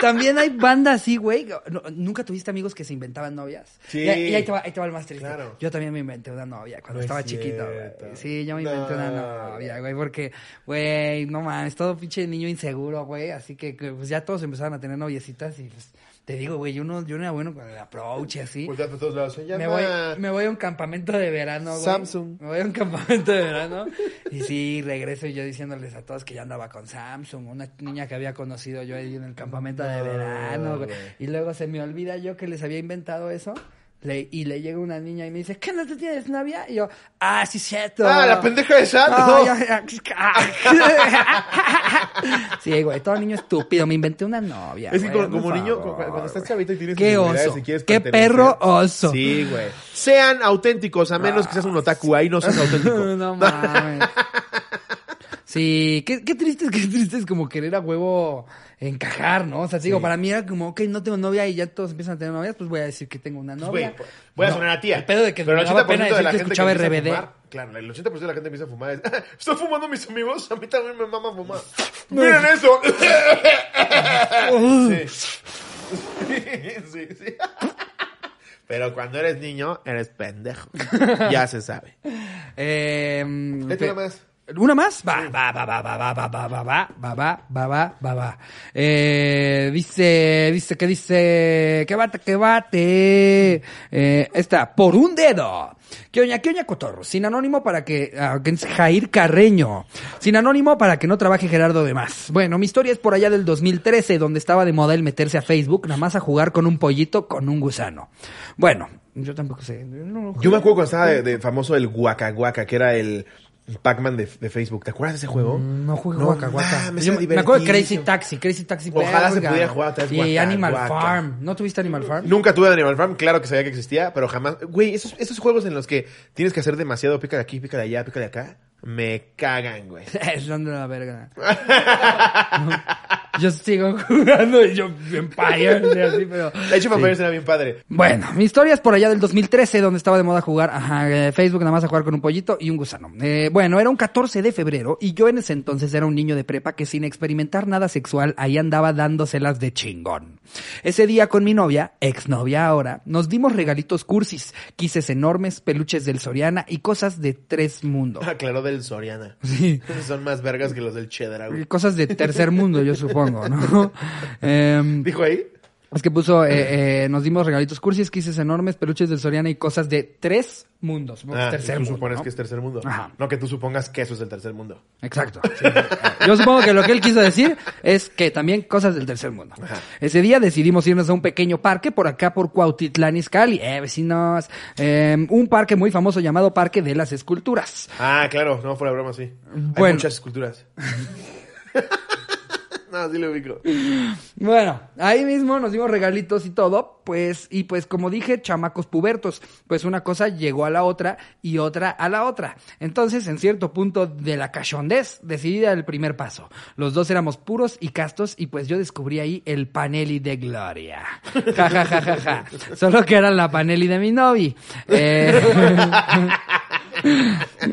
También hay bandas así, güey. No, ¿Nunca tuviste amigos que se inventaban novias? Sí. Y, ahí- y ahí, te va, ahí te va el más triste. Claro. Yo también me inventé una novia cuando No es estaba chiquito, cierto. güey. Sí, yo me inventé una No. novia, güey. Porque, güey, no mames, todo pinche niño inseguro, güey. Así que, que, pues ya todos empezaron a tener noviecitas y pues. Te digo, güey, yo no, yo no era bueno con el approach y así. Volteas por todos lados. Se Me llama- voy, me voy a un campamento de verano, güey. Samsung. Me voy a un campamento de verano. Y sí, regreso yo diciéndoles a todos que yo andaba con Samsung, una niña que había conocido yo ahí en el campamento de No, verano, güey. güey. Y luego se me olvida yo que les había inventado eso. Le- y le llega una niña y me dice, ¿qué no te tienes novia? Y yo, ah, sí, es cierto. Ah, la pendeja de Ah, Santos. ya, ya. ah, sí, güey, todo niño estúpido. Me inventé una novia. Es que güey, por como, como niño, favor, cu- cuando estás güey. chavito y tienes Qué inseguridades oso. y quieres Qué pertenecer. perro oso. Ah, Sí, güey. Sean auténticos, a menos que seas un otaku. Ahí no seas auténtico. no mames. Sí, qué, qué triste, qué triste es como querer a huevo encajar, ¿no? O sea, te digo, para mí era como, ok, no tengo novia y ya todos empiezan a tener novias, pues voy a decir que tengo una Pues, güey, novia. voy a No, sonar a tía. El pedo de que Pero me el daba 80% pena de decir la que gente que escuchaba empieza a RBD. fumar- claro, el 80% de la gente empieza a fumar. es, "Ah, ¿Están fumando mis amigos? A mí también me mama fumar. ¡Miren eso! sí. sí, sí. Pero cuando eres niño, eres pendejo. Ya se sabe. Eh, mm, Échale pe- más. ¿Una más? Va, va, va, va, va, va, va, va, va, va, va, va, va, va, va, va. Eh, dice, dice, que dice, que bate, que bate. Eh, esta, por un dedo. Que oña, que oña, cotorro. Sin anónimo para que, ah, que es Jair Carreño. Sin anónimo para que no trabaje Gerardo de más. Bueno, mi historia es por allá del 2013, donde estaba de moda el meterse a Facebook, nada más a jugar con un pollito, con un gusano. Bueno, yo tampoco sé. No, Yo me acuerdo cuando estaba de, de famoso el Guaca Guaca, que era el Pac-Man de, de Facebook. ¿Te acuerdas de ese juego? Mm, No juego No Waka Waka. mames, Yo era me, me acuerdo de Crazy divertidísimo. Taxi, Crazy Taxi. Ojalá se verga. pudiera jugar otra vez Y Waka Animal Waka. Farm. ¿No tuviste Animal Farm? Nunca tuve Animal Farm, claro que sabía que existía, pero jamás. Güey, esos, esos juegos en los que tienes que hacer demasiado pica de aquí, pica de allá, pica de acá, me cagan, güey. Es donde la verga. yo sigo jugando y yo Empire y así, pero... De hecho, Vampires era bien padre. Bueno, mi historia es por allá del 2013, donde estaba de moda jugar ajá, eh, Facebook, nada más a jugar con un pollito y un gusano. Eh, bueno, era un 14 de febrero y yo en ese entonces era un niño de prepa que sin experimentar nada sexual ahí andaba dándoselas de chingón. Ese día con mi novia, exnovia ahora, nos dimos regalitos cursis, quises enormes, peluches del Soriana y cosas de tres mundos. Aclaró del Soriana. Son más vergas que los del Cheddar, güey. Cosas de tercer mundo, yo supongo, ¿no? Em, ¿Dijo ahí? Es que puso, eh, eh, nos dimos regalitos cursis, quises enormes, peluches del Soriana y cosas de tres mundos. Supongo que es Ah, tercer tú mundo, supones ¿no? que es tercer mundo. Ajá. No que tú supongas que eso es el tercer mundo. Exacto. sí. Yo supongo que lo que él quiso decir es que también cosas del tercer mundo. Ese día decidimos irnos a un pequeño parque por acá por Cuautitlán Izcalli, eh, vecinos. Eh, un parque muy famoso llamado Parque de las Esculturas. Ah, claro, no fuera de broma, sí. Hay Bueno. muchas esculturas. no, sí lo ubico. Bueno, ahí mismo nos dimos regalitos y todo, pues, y pues como dije, chamacos pubertos, pues una cosa llegó a la otra y otra a la otra. Entonces, en cierto punto de la cachondez, decidí dar el primer paso. Los dos éramos puros y castos y pues yo descubrí ahí el paneli de gloria. Ja, ja, ja, ja, ja. Solo que era la paneli de mi novi. Eh...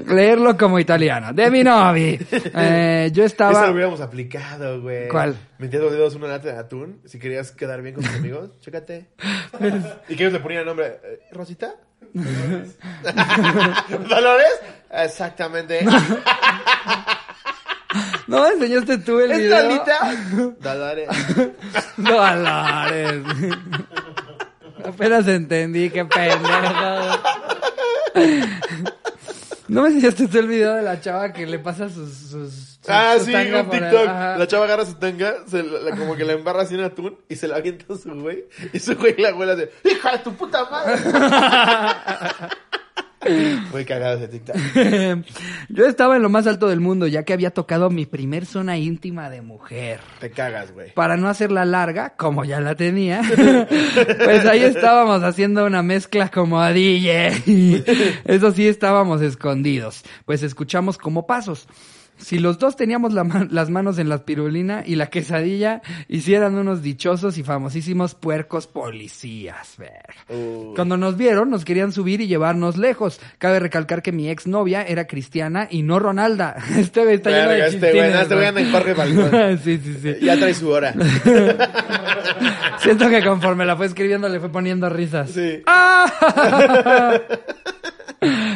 Leerlo como italiano. De mi novi. Eh, yo Eso lo estaba... hubiéramos aplicado, güey. ¿Cuál? Metías los dedos en una lata de atún. Si querías quedar bien con tus amigos, chécate. ¿Y qué te ponía el nombre? Eh, ¿Rosita? ¿Dolores? ¿Dolores? Exactamente. No, enseñaste tú el ¿Es video. Lolita? Dolores. Dolores. Apenas entendí, qué pendejo. ¿No me enseñaste tú el video de la chava que le pasa sus... sus, sus- Ah, su sí, tanga un por el- TikTok. ajá. La chava agarra su tanga, se la- la- como que la embarra así en atún y se la avienta a su güey. Y su güey la abuela de ¡Hija de tu puta madre! Muy cagado ese TikTok. Yo estaba en lo más alto del mundo, ya que había tocado mi primer zona íntima de mujer. Te cagas, güey. Para no hacerla larga, como ya la tenía, pues ahí estábamos haciendo una mezcla como a DJ. Eso sí, estábamos escondidos, pues escuchamos como pasos. Si los dos teníamos la ma- las manos en la pirulina y la quesadilla, hicieran unos dichosos y famosísimos puercos policías. ver. Uy. Cuando nos vieron, nos querían subir y llevarnos lejos. Cabe recalcar que mi exnovia era cristiana y no Ronalda. Este güey está lleno Verga, de este güey, no, chistines, este güey anda en Jorge Falcón. Sí, sí, sí. Ya trae su hora. Siento que conforme la fue escribiendo le fue poniendo risas. Sí. ¡Ah!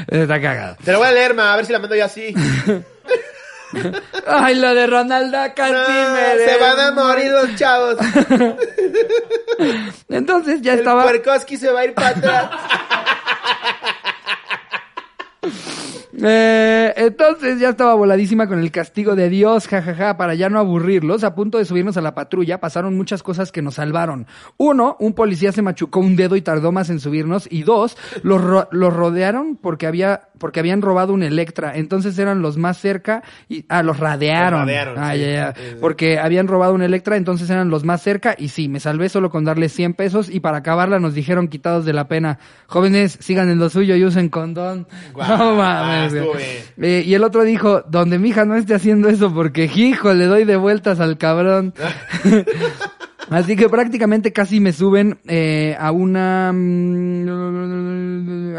Está cagado. Te la voy a leer, ma, a ver si la mando yo así. Ay, lo de Ronalda No, Cantímer. Ah, se van a morir los chavos. Entonces ya El estaba. puercoski se va a ir para atrás. Eh, entonces ya estaba voladísima con el castigo de Dios, jajaja, para ya no aburrirlos. A punto de subirnos a la patrulla, pasaron muchas cosas que nos salvaron. Uno, un policía se machucó un dedo y tardó más en subirnos. Y dos, los, ro- los rodearon porque había porque habían robado un Electra. Entonces eran los más cerca y ah, los radearon. Los radearon, Ah, sí. ya, ya. Sí, sí. Porque habían robado un Electra, entonces eran los más cerca y sí, me salvé solo con darles 100 pesos y para acabarla nos dijeron quitados de la pena. Jóvenes, sigan en lo suyo y usen condón. Guau, No mames, estuvo güey. Eh, y el otro dijo, donde mi hija no esté haciendo eso porque, hijo, le doy de vueltas al cabrón. Así que prácticamente casi me suben eh, a una... mm,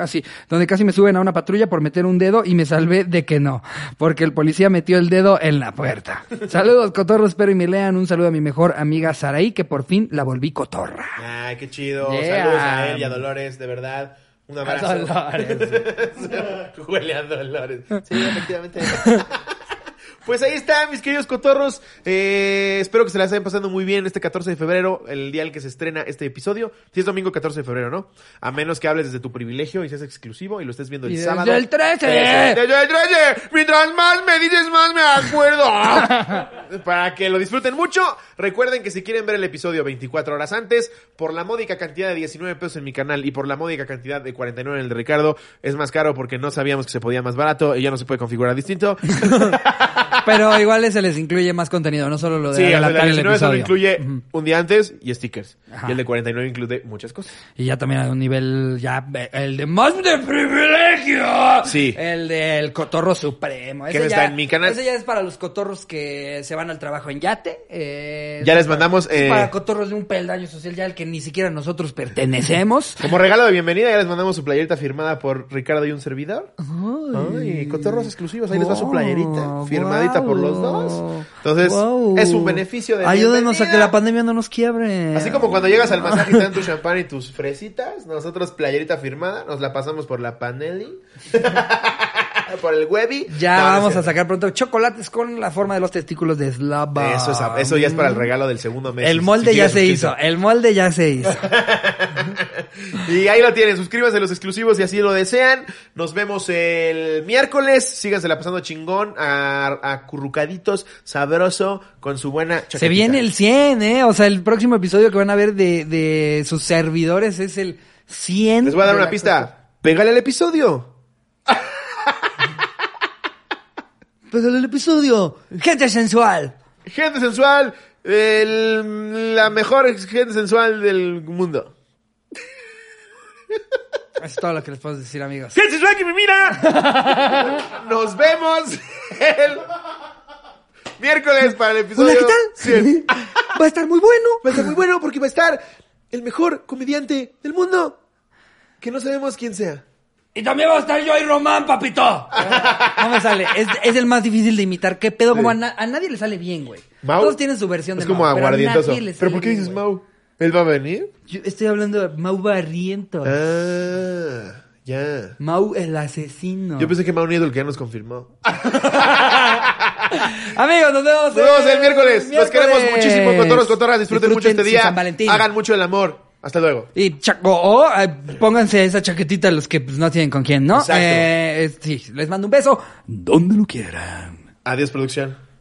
Así, donde casi me suben a una patrulla por meter un dedo y me salvé de que no, porque el policía metió el dedo en la puerta. Saludos, cotorros, espero y me lean. Un saludo a mi mejor amiga Saraí, que por fin la volví cotorra. Ay, qué chido. Yeah. Saludos a él y a Dolores, de verdad. Un abrazo. Huele a Dolores. Sí, efectivamente. Pues ahí está, mis queridos cotorros. Eh, espero que se la estén pasando muy bien este 14 de febrero, el día en el que se estrena este episodio. Si es domingo 14 de febrero, ¿no? A menos que hables desde tu privilegio y seas exclusivo y lo estés viendo el Y desde sábado. el 13. ¡Desde el 13! Mientras más me dices, más me acuerdo. Para que lo disfruten mucho, recuerden que si quieren ver el episodio 24 horas antes, por la módica cantidad de 19 pesos en mi canal y por la módica cantidad de 49 en el de Ricardo, es más caro porque no sabíamos que se podía más barato y ya no se puede configurar distinto. Pero igual se les incluye más contenido, no solo lo de Sí, el de adelantar el 19 solo episodio. incluye un día antes y stickers. Ajá. Y el de 49 incluye muchas cosas. Y ya también a un nivel, ya, eh, el de más de privilegio. Sí. El del cotorro supremo. Que Ese está ya- en mi canal. Ese ya es para los cotorros que se van al trabajo en yate. eh, Ya es les para- mandamos, es eh, para cotorros de un peldaño social ya al que ni siquiera nosotros pertenecemos. Como regalo de bienvenida, ya les mandamos su playerita firmada por Ricardo y un servidor. Ay, cotorros exclusivos. Ahí les va su playerita Oh, Wow, firmadita por los wow. dos. Entonces, Wow. es un beneficio de. Ayúdenos a que la bienvenida. pandemia no nos quiebre. Así como cuando llegas al masaje y te dan tu champán y tus fresitas, nosotros playerita firmada, nos la pasamos por la panelli. por el webby. Ya No, no es vamos a cierto. sacar pronto chocolates con la forma de los testículos de Slava. Eso, es- eso ya es para el regalo del segundo mes. El si- molde si ya quieres se hizo, suscrito. el molde ya se hizo. Y ahí lo tienen, suscríbanse a los exclusivos si así lo desean. Nos vemos el miércoles. Síganse la pasando chingón, a, a currucaditos, sabroso, con su buena Se chaquetita. viene el 100, ¿eh? O sea, el próximo episodio que van a ver de, de sus servidores es el 100. Les voy a dar de una la cosa. pista. Pégale al episodio. Pues el episodio, gente sensual. Gente sensual, el- la mejor gente sensual del mundo. Eso es todo lo que les puedo decir, amigos. ¡Gente sensual que me mira! Nos vemos el miércoles para el episodio. Hola, ¿qué tal? 100. Va a estar muy bueno. Va a estar muy bueno porque va a estar el mejor comediante del mundo. Que no sabemos quién sea. Y también va a estar yo y Román, papito. No me sale. Es, es el más difícil de imitar. ¿Qué pedo? Como a, na- a nadie le sale bien, güey. ¿Mau? Todos tienen su versión de Es como Mau, pero a nadie aguardientoso. le ¿Pero, sale por qué bien, dices güey. Mau? ¿Él va a venir? Yo estoy hablando de Mau Barrientos. Ah, ya. Mau el asesino. Yo pensé que Mau Nieto el que ya nos confirmó. Amigos, nos vemos. Nos vemos el eh, miércoles. Los queremos muchísimo, cotorros, cotorras. Disfruten, mucho este su día. San Valentín. Hagan mucho el amor. Hasta luego. Y chaco, oh, eh, pónganse esa chaquetita los que pues, no tienen con quién, ¿no? Exacto. Eh, eh, sí, les mando un beso donde lo quieran. Adiós, producción.